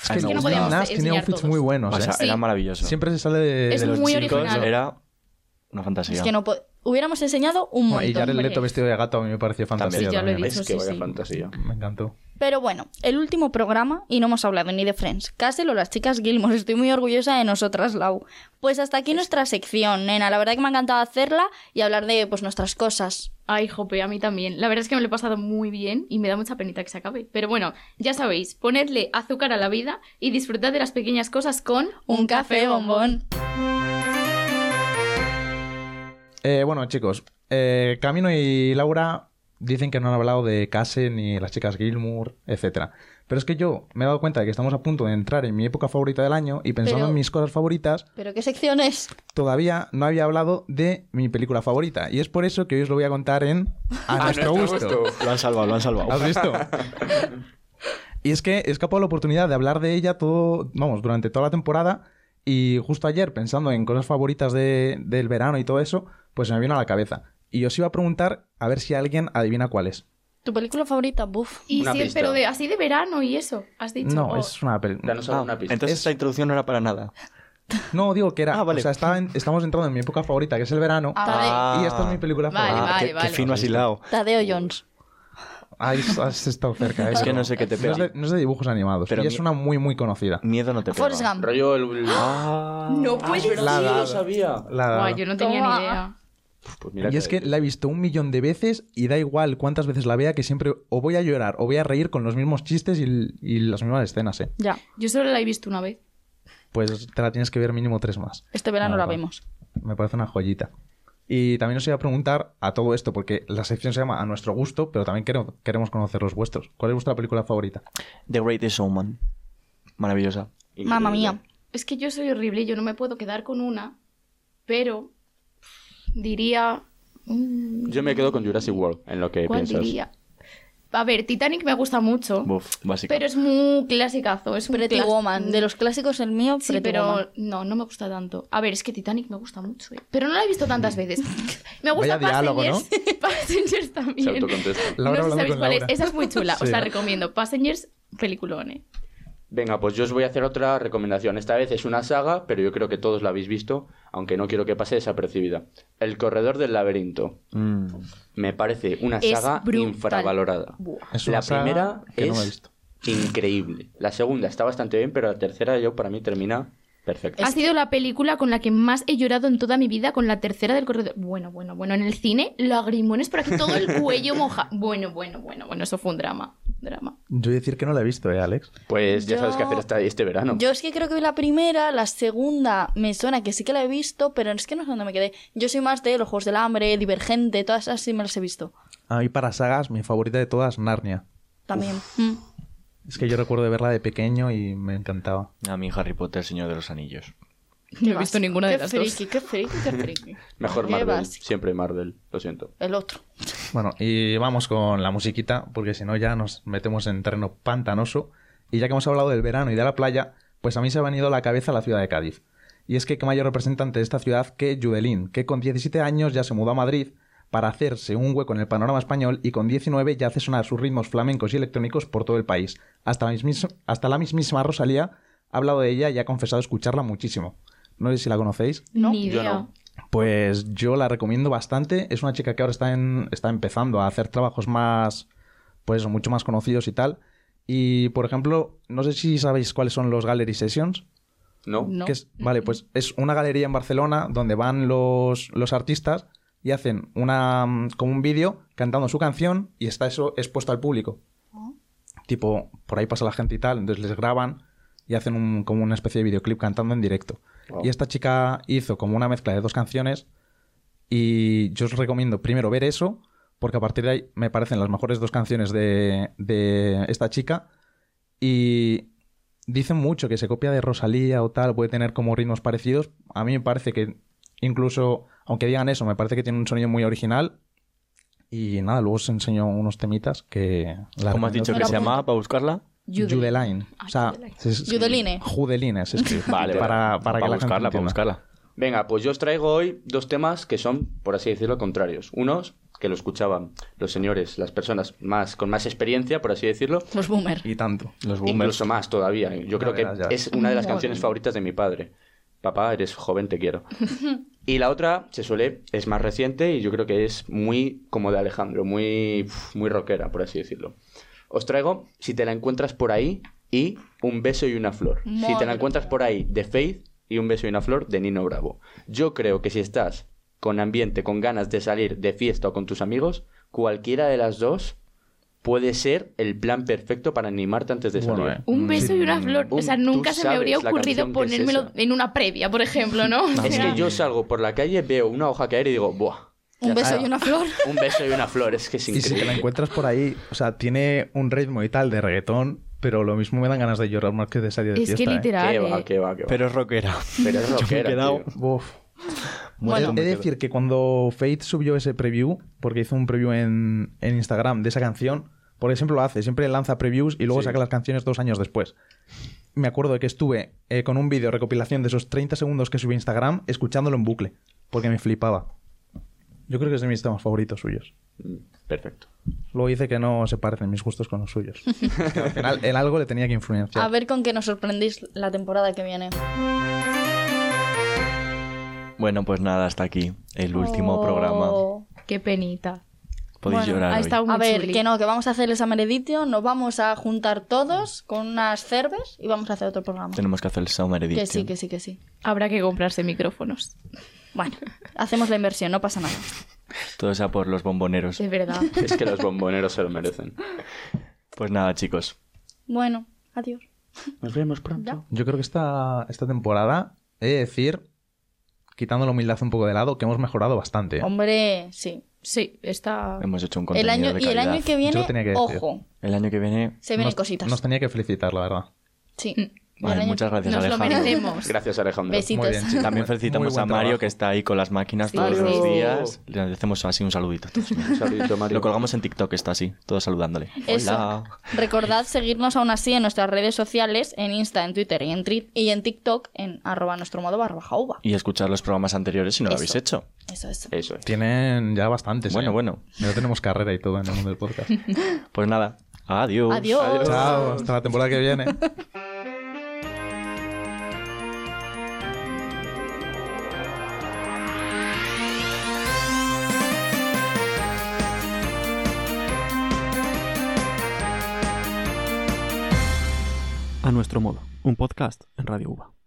Speaker 5: Es
Speaker 1: Ay,
Speaker 5: que,
Speaker 1: me
Speaker 4: no
Speaker 5: Lil
Speaker 1: gustaba.
Speaker 4: podíamos-
Speaker 5: Nas tiene
Speaker 4: enseñar
Speaker 5: outfits
Speaker 4: todos.
Speaker 5: muy buenos,
Speaker 1: O sea,
Speaker 5: ¿eh?
Speaker 4: Sí.
Speaker 1: era maravilloso.
Speaker 5: Siempre se sale de...
Speaker 4: Es
Speaker 5: de los
Speaker 4: muy
Speaker 1: Chicos,
Speaker 4: original.
Speaker 1: era una fantasía.
Speaker 3: Es que no po- hubiéramos enseñado un
Speaker 5: No, y
Speaker 3: montón.
Speaker 5: ya el
Speaker 4: hombre.
Speaker 5: Leto vestido de gato a mí me pareció fantástico.
Speaker 4: Sí, ya lo he
Speaker 5: también. ¿eh?
Speaker 4: dicho,
Speaker 2: Es que
Speaker 4: sí,
Speaker 2: vaya
Speaker 4: sí.
Speaker 2: fantasía.
Speaker 5: Me encantó.
Speaker 3: Pero bueno, el último programa y no hemos hablado ni de Friends, Castle o las chicas Gilmore. Estoy muy orgullosa de nosotras, Lau. Pues hasta aquí nuestra sección, nena. La verdad que me ha encantado hacerla y hablar de pues nuestras cosas.
Speaker 4: Ay, jope, a mí también. La verdad es que me lo he pasado muy bien y me da mucha penita que se acabe. Pero bueno, ya sabéis, ponedle azúcar a la vida y disfrutad de las pequeñas cosas con
Speaker 3: Un café bombón.
Speaker 5: Eh, bueno, chicos, eh, Camino y Laura dicen que no han hablado de Case ni las chicas Gilmour, etcétera. Pero es que yo me he dado cuenta de que estamos a punto de entrar en mi época favorita del año y pensando
Speaker 3: Pero-
Speaker 5: en mis cosas favoritas,
Speaker 3: ¿Pero qué sección es?
Speaker 5: todavía no había hablado de mi película favorita. Y es por eso que hoy os lo voy a contar en A, nuestro gusto.
Speaker 1: Lo han salvado, lo han
Speaker 5: [laughs]
Speaker 1: salvado.
Speaker 5: ¿Has visto? y es que he escapado la oportunidad de hablar de ella todo, vamos, durante toda la temporada. Y justo ayer, pensando en cosas favoritas de- del verano y todo eso, pues se me vino a la cabeza. Y os iba a preguntar a ver si alguien adivina cuál es.
Speaker 3: ¿Tu película favorita? Buf.
Speaker 4: Y
Speaker 2: Una
Speaker 4: sí,
Speaker 2: pista.
Speaker 4: pero de, así de verano y eso, has dicho.
Speaker 5: No,
Speaker 4: Oh,
Speaker 5: es una película.
Speaker 2: Danos alguna pista.
Speaker 1: Ah, Entonces
Speaker 5: Es-
Speaker 1: esta introducción no era para nada.
Speaker 5: No, digo que era.
Speaker 1: Ah, vale.
Speaker 5: O sea, estaba en- estamos entrando en mi época favorita, que es el verano.
Speaker 1: Ah.
Speaker 5: Y esta es mi película
Speaker 4: Vale,
Speaker 5: favorita.
Speaker 1: Ah,
Speaker 4: vale,
Speaker 1: qué,
Speaker 4: vale.
Speaker 1: qué fino has hilado.
Speaker 3: Tadeo Jones.
Speaker 5: Ay, has estado cerca.
Speaker 1: Es
Speaker 5: eso.
Speaker 1: que no sé qué te
Speaker 5: No es
Speaker 1: pega.
Speaker 5: de, no es de dibujos animados.
Speaker 1: Pero
Speaker 5: y es
Speaker 1: mi-
Speaker 5: una muy, muy conocida.
Speaker 1: Miedo no te pega.
Speaker 3: Forrest Gump.
Speaker 2: Rollo el...
Speaker 1: Ah.
Speaker 4: No puede ser.
Speaker 5: La-
Speaker 2: lo sabía.
Speaker 5: La-
Speaker 4: Guau, yo no tenía
Speaker 3: Toma.
Speaker 4: ni idea.
Speaker 2: Pues mira
Speaker 5: y es que la he visto un millón de veces y da igual cuántas veces la vea que siempre o voy a llorar o voy a reír con los mismos chistes y, y las mismas escenas, ¿eh?
Speaker 3: Ya,
Speaker 4: Yo solo la he visto una vez.
Speaker 5: Pues te la tienes que ver mínimo tres más.
Speaker 3: este
Speaker 1: Ah,
Speaker 3: verano
Speaker 5: Nada.
Speaker 3: la vemos.
Speaker 5: Me parece una joyita. Y también os iba a preguntar a todo esto, porque la sección se llama A nuestro gusto, pero también quero- queremos conocer los vuestros. ¿Cuál es vuestra película favorita?
Speaker 1: The Greatest Showman. Maravillosa.
Speaker 2: increíble.
Speaker 3: Mamma mía.
Speaker 4: Es que yo soy horrible, yo no me puedo quedar con una, pero diría mm,
Speaker 2: Yo me quedo con Jurassic World, en lo que
Speaker 4: ¿Cuál
Speaker 2: piensas.
Speaker 4: diría? A ver, Titanic me gusta mucho,
Speaker 1: Buf, básica.
Speaker 4: pero es muy clasicazo. Es un
Speaker 3: Pretty
Speaker 4: clas-
Speaker 3: Woman. De los clásicos, el mío,
Speaker 4: Sí,
Speaker 3: Pretty Woman.
Speaker 4: pero no, no me gusta tanto. A ver, es que Titanic me gusta mucho, ¿eh? pero no la he visto tantas veces. Me gusta
Speaker 5: Vaya diálogo, ¿no?
Speaker 4: Passengers. [laughs] Passengers
Speaker 2: Se
Speaker 4: también.
Speaker 2: autocontesta.
Speaker 4: no sé
Speaker 5: Laura
Speaker 4: si
Speaker 5: hablando
Speaker 4: sabéis
Speaker 5: con
Speaker 4: cuál es.
Speaker 5: Laura.
Speaker 4: Esa es muy chula.
Speaker 5: Sí.
Speaker 4: Os la recomiendo. Passengers, peliculón, ¿eh?
Speaker 2: Venga, pues yo os voy a hacer otra recomendación. Esta vez es una saga, pero yo creo que todos la habéis visto, aunque no quiero que pase desapercibida. El Corredor del Laberinto.
Speaker 1: Mm.
Speaker 2: Me parece una
Speaker 4: Es
Speaker 2: saga
Speaker 4: brutal.
Speaker 2: infravalorada.
Speaker 4: Buah.
Speaker 5: Es una
Speaker 2: la
Speaker 5: saga
Speaker 2: primera
Speaker 5: que no
Speaker 2: es
Speaker 5: la he visto.
Speaker 2: increíble. La segunda está bastante bien, pero la tercera yo para mí termina perfecta.
Speaker 4: Ha sido la película con la que más he llorado en toda mi vida, con la tercera del corredor. Bueno, bueno, bueno, en el cine, lagrimones por aquí, todo el cuello moja. Bueno, bueno, bueno, bueno, eso fue un drama. Drama.
Speaker 5: Yo voy a decir que no la he visto, ¿eh, Alex?
Speaker 2: Pues ya sabes qué
Speaker 3: Yo-
Speaker 2: hacer esta- este verano.
Speaker 3: Yo es que creo que vi la primera, la segunda me suena que sí que la he visto, pero es que no sé dónde me quedé. Yo soy más de los Juegos del Hambre, Divergente, todas esas sí me las he visto.
Speaker 5: A mí para sagas, mi favorita de todas, Narnia.
Speaker 3: También. Mm.
Speaker 5: Es que yo recuerdo de verla de pequeño y me encantaba.
Speaker 1: A mí Harry Potter, Señor de los Anillos.
Speaker 4: No he
Speaker 3: Qué
Speaker 4: visto
Speaker 3: básico.
Speaker 4: ninguna de
Speaker 3: Qué
Speaker 4: las dos.
Speaker 3: friki, Qué friki, qué [laughs] friki.
Speaker 2: Mejor
Speaker 3: Qué
Speaker 2: Marvel.
Speaker 3: básico.
Speaker 2: Siempre Marvel, lo siento.
Speaker 3: El otro.
Speaker 5: Bueno, y vamos con la musiquita, porque si no ya nos metemos en terreno pantanoso. Y ya que hemos hablado del verano y de la playa, pues a mí se ha venido a la cabeza la ciudad de Cádiz. Y es que qué mayor representante de esta ciudad que Judelín, que con 17 años ya se mudó a Madrid para hacerse un hueco en el panorama español y con 19 ya hace sonar sus ritmos flamencos y electrónicos por todo el país. Hasta la, mismis- hasta la mismísima Rosalía ha hablado de ella y ha confesado escucharla muchísimo. No sé si la conocéis.
Speaker 3: No,
Speaker 4: Ni
Speaker 2: yo
Speaker 4: idea.
Speaker 2: no.
Speaker 5: Pues yo la recomiendo bastante. Es una chica que ahora está, en- está empezando a hacer trabajos más, pues mucho más conocidos y tal. Y, por ejemplo, no sé si sabéis cuáles son los Gallery Sessions.
Speaker 2: ¿No?
Speaker 4: No.
Speaker 5: que es- vale, pues es una galería en Barcelona donde van los, los artistas y hacen una mm, como un vídeo cantando su canción y está eso expuesto al público. Tipo, por ahí pasa la gente y tal, entonces les graban y hacen un- como una especie de videoclip cantando en directo.
Speaker 2: Wow.
Speaker 5: Y esta chica hizo como una mezcla de dos canciones y yo os recomiendo primero ver eso, porque a partir de ahí me parecen las mejores dos canciones de, de esta chica. Y dicen mucho que se copia de Rosalía o tal, puede tener como ritmos parecidos. A mí me parece que, incluso, aunque digan eso, me parece que tiene un sonido muy original. Y nada, luego os enseño unos temitas que... la
Speaker 1: ¿Cómo has
Speaker 5: recomiendo
Speaker 1: dicho que
Speaker 5: que
Speaker 1: se llamaba para buscarla?
Speaker 4: Jude.
Speaker 5: Judeline.
Speaker 4: Ah,
Speaker 5: O sea,
Speaker 4: Judeline.
Speaker 5: se escribe-
Speaker 3: Judeline.
Speaker 5: Judeline se escribe.
Speaker 2: Vale,
Speaker 5: para, para
Speaker 1: Para
Speaker 5: que la gente
Speaker 1: buscarla, para
Speaker 5: entienda.
Speaker 1: buscarla.
Speaker 2: Venga, pues yo os traigo hoy dos temas que son, por así decirlo, contrarios. Unos que lo escuchaban los señores, las personas más con más experiencia, por así decirlo,
Speaker 3: Los boomer.
Speaker 5: Y tanto.
Speaker 1: Los boomers.
Speaker 2: incluso más todavía. Yo creo que
Speaker 5: verás, ya
Speaker 2: es una de las
Speaker 4: Madre
Speaker 2: canciones
Speaker 4: mía.
Speaker 2: favoritas de mi padre. Papá, eres joven,
Speaker 1: [laughs]
Speaker 2: te quiero. Y la otra se suele, es más reciente y yo creo que es muy como de Alejandro, muy, uf, muy rockera, por así decirlo. Os traigo Si te la encuentras por ahí y Un beso y una flor. Si te la
Speaker 3: Madre
Speaker 2: encuentras por ahí de Faith y Un beso y una flor de Nino Bravo. Yo creo que si estás con ambiente, con ganas de salir de fiesta o con tus amigos, cualquiera de las dos puede ser el plan perfecto para animarte antes de salir.
Speaker 5: Bueno, eh.
Speaker 4: Un beso y una flor. o sea,
Speaker 2: Mm. Un- tú
Speaker 4: nunca se me
Speaker 2: sabes
Speaker 4: habría
Speaker 2: la
Speaker 4: ocurrido
Speaker 2: canción que es
Speaker 4: ponérmelo
Speaker 2: esa.
Speaker 4: en una previa, por ejemplo, ¿no? O
Speaker 2: [laughs] Es
Speaker 4: sea,
Speaker 2: que yo salgo por la calle, veo una hoja caer y digo, ¡buah!
Speaker 3: Un
Speaker 2: Ya
Speaker 3: beso
Speaker 2: está.
Speaker 3: y
Speaker 1: [laughs]
Speaker 3: una flor.
Speaker 2: Un beso y una flor, es que es
Speaker 5: Y si te la
Speaker 2: increíble.
Speaker 5: encuentras por ahí, o sea, tiene un ritmo y tal de reggaetón, pero lo mismo me dan ganas de llorar más que de salir de
Speaker 4: Es que
Speaker 5: fiesta, ¿eh?
Speaker 4: literal.
Speaker 2: Qué
Speaker 4: ¿eh?
Speaker 2: va, qué va, qué va.
Speaker 1: Pero es rockera.
Speaker 2: Pero es
Speaker 1: Yo me he
Speaker 2: rockera,
Speaker 1: quedado-
Speaker 2: tío.
Speaker 5: Uf.
Speaker 1: Bueno,
Speaker 5: he de decir que cuando Faith subió ese preview, porque hizo un preview en, en Instagram de esa canción, por ejemplo lo hace, siempre lanza previews y luego
Speaker 2: Sí.
Speaker 5: saca las canciones dos años después. Me acuerdo de que estuve eh, con un vídeo recopilación de esos 30 segundos que subí a Instagram escuchándolo en bucle, porque me flipaba. Yo creo que es de mis temas favoritos suyos.
Speaker 2: Mm, Perfecto.
Speaker 5: Luego dice que no se parecen mis gustos con los
Speaker 3: [laughs]
Speaker 5: suyos. Que al final, en algo le tenía que influenciar.
Speaker 3: A ver con qué nos sorprendéis la temporada que viene.
Speaker 1: Bueno, pues nada, hasta aquí el último
Speaker 3: Oh.
Speaker 1: programa.
Speaker 4: Qué penita.
Speaker 1: Podéis
Speaker 3: Bueno,
Speaker 1: llorar
Speaker 4: ha
Speaker 1: hoy.
Speaker 4: estado- Muy
Speaker 3: A ver,
Speaker 4: chuli.
Speaker 3: que no, que vamos a hacer el Summer Edition, nos vamos a juntar todos con unas cerves y vamos a hacer otro programa.
Speaker 1: Tenemos que hacer el Summer Edition.
Speaker 3: Que sí, que sí, que sí.
Speaker 4: Habrá que comprarse micrófonos.
Speaker 3: Bueno, hacemos la inversión, no pasa nada.
Speaker 1: Todo sea por los bomboneros.
Speaker 4: De [laughs] verdad.
Speaker 2: Es que los bomboneros se lo merecen.
Speaker 1: Pues nada, chicos.
Speaker 3: Bueno, adiós.
Speaker 2: Nos vemos pronto.
Speaker 5: Yo creo que esta, esta temporada, he de decir, quitando la humildad un poco de lado, que hemos mejorado bastante. ¿eh?
Speaker 3: Hombre, sí.
Speaker 4: Sí, está.
Speaker 1: Hemos hecho un
Speaker 3: El
Speaker 1: contenido
Speaker 3: año,
Speaker 1: de
Speaker 3: y el
Speaker 1: calidad.
Speaker 3: año que
Speaker 5: Yo
Speaker 3: viene,
Speaker 5: lo tenía que decir.
Speaker 3: ojo,
Speaker 1: El año que viene...
Speaker 3: se vienen
Speaker 5: Nos-
Speaker 3: cositas.
Speaker 5: Nos tenía que felicitar, la verdad.
Speaker 3: Sí.
Speaker 1: Ay,
Speaker 3: Yo el año-
Speaker 1: muchas gracias,
Speaker 4: Nos lo
Speaker 1: Alejandro.
Speaker 2: [laughs]
Speaker 4: merecemos.
Speaker 2: Gracias, Alejandro.
Speaker 3: Besitos. [laughs]
Speaker 5: Muy bien, chicos.
Speaker 1: También felicitamos
Speaker 5: Muy
Speaker 1: a
Speaker 5: buen
Speaker 1: Mario,
Speaker 5: trabajo.
Speaker 1: que está ahí con las máquinas
Speaker 4: Sí,
Speaker 1: todos
Speaker 4: sí,
Speaker 1: los
Speaker 4: sí.
Speaker 1: días. Le hacemos así un saludito. a todos.
Speaker 2: Un saludito, Mario.
Speaker 1: Lo colgamos en TikTok, está así, todos saludándole.
Speaker 3: Eso.
Speaker 1: Hola.
Speaker 3: Recordad seguirnos aún así en nuestras redes sociales, en Insta, en Twitter y en, tri- y en TikTok, en arroba nuestro modo barra baja uva.
Speaker 1: Y escuchar los programas anteriores si no lo
Speaker 3: Eso.
Speaker 1: habéis hecho.
Speaker 3: Eso, eso.
Speaker 2: Eso es.
Speaker 5: Tienen ya bastantes.
Speaker 1: Bueno,
Speaker 5: ¿eh?
Speaker 1: bueno.
Speaker 5: Ya tenemos carrera y todo en el mundo
Speaker 3: [laughs]
Speaker 5: del podcast.
Speaker 1: Pues nada, adiós.
Speaker 3: Adiós.
Speaker 5: Chao, hasta la temporada que viene.
Speaker 6: A nuestro modo, un podcast en Radio Uva.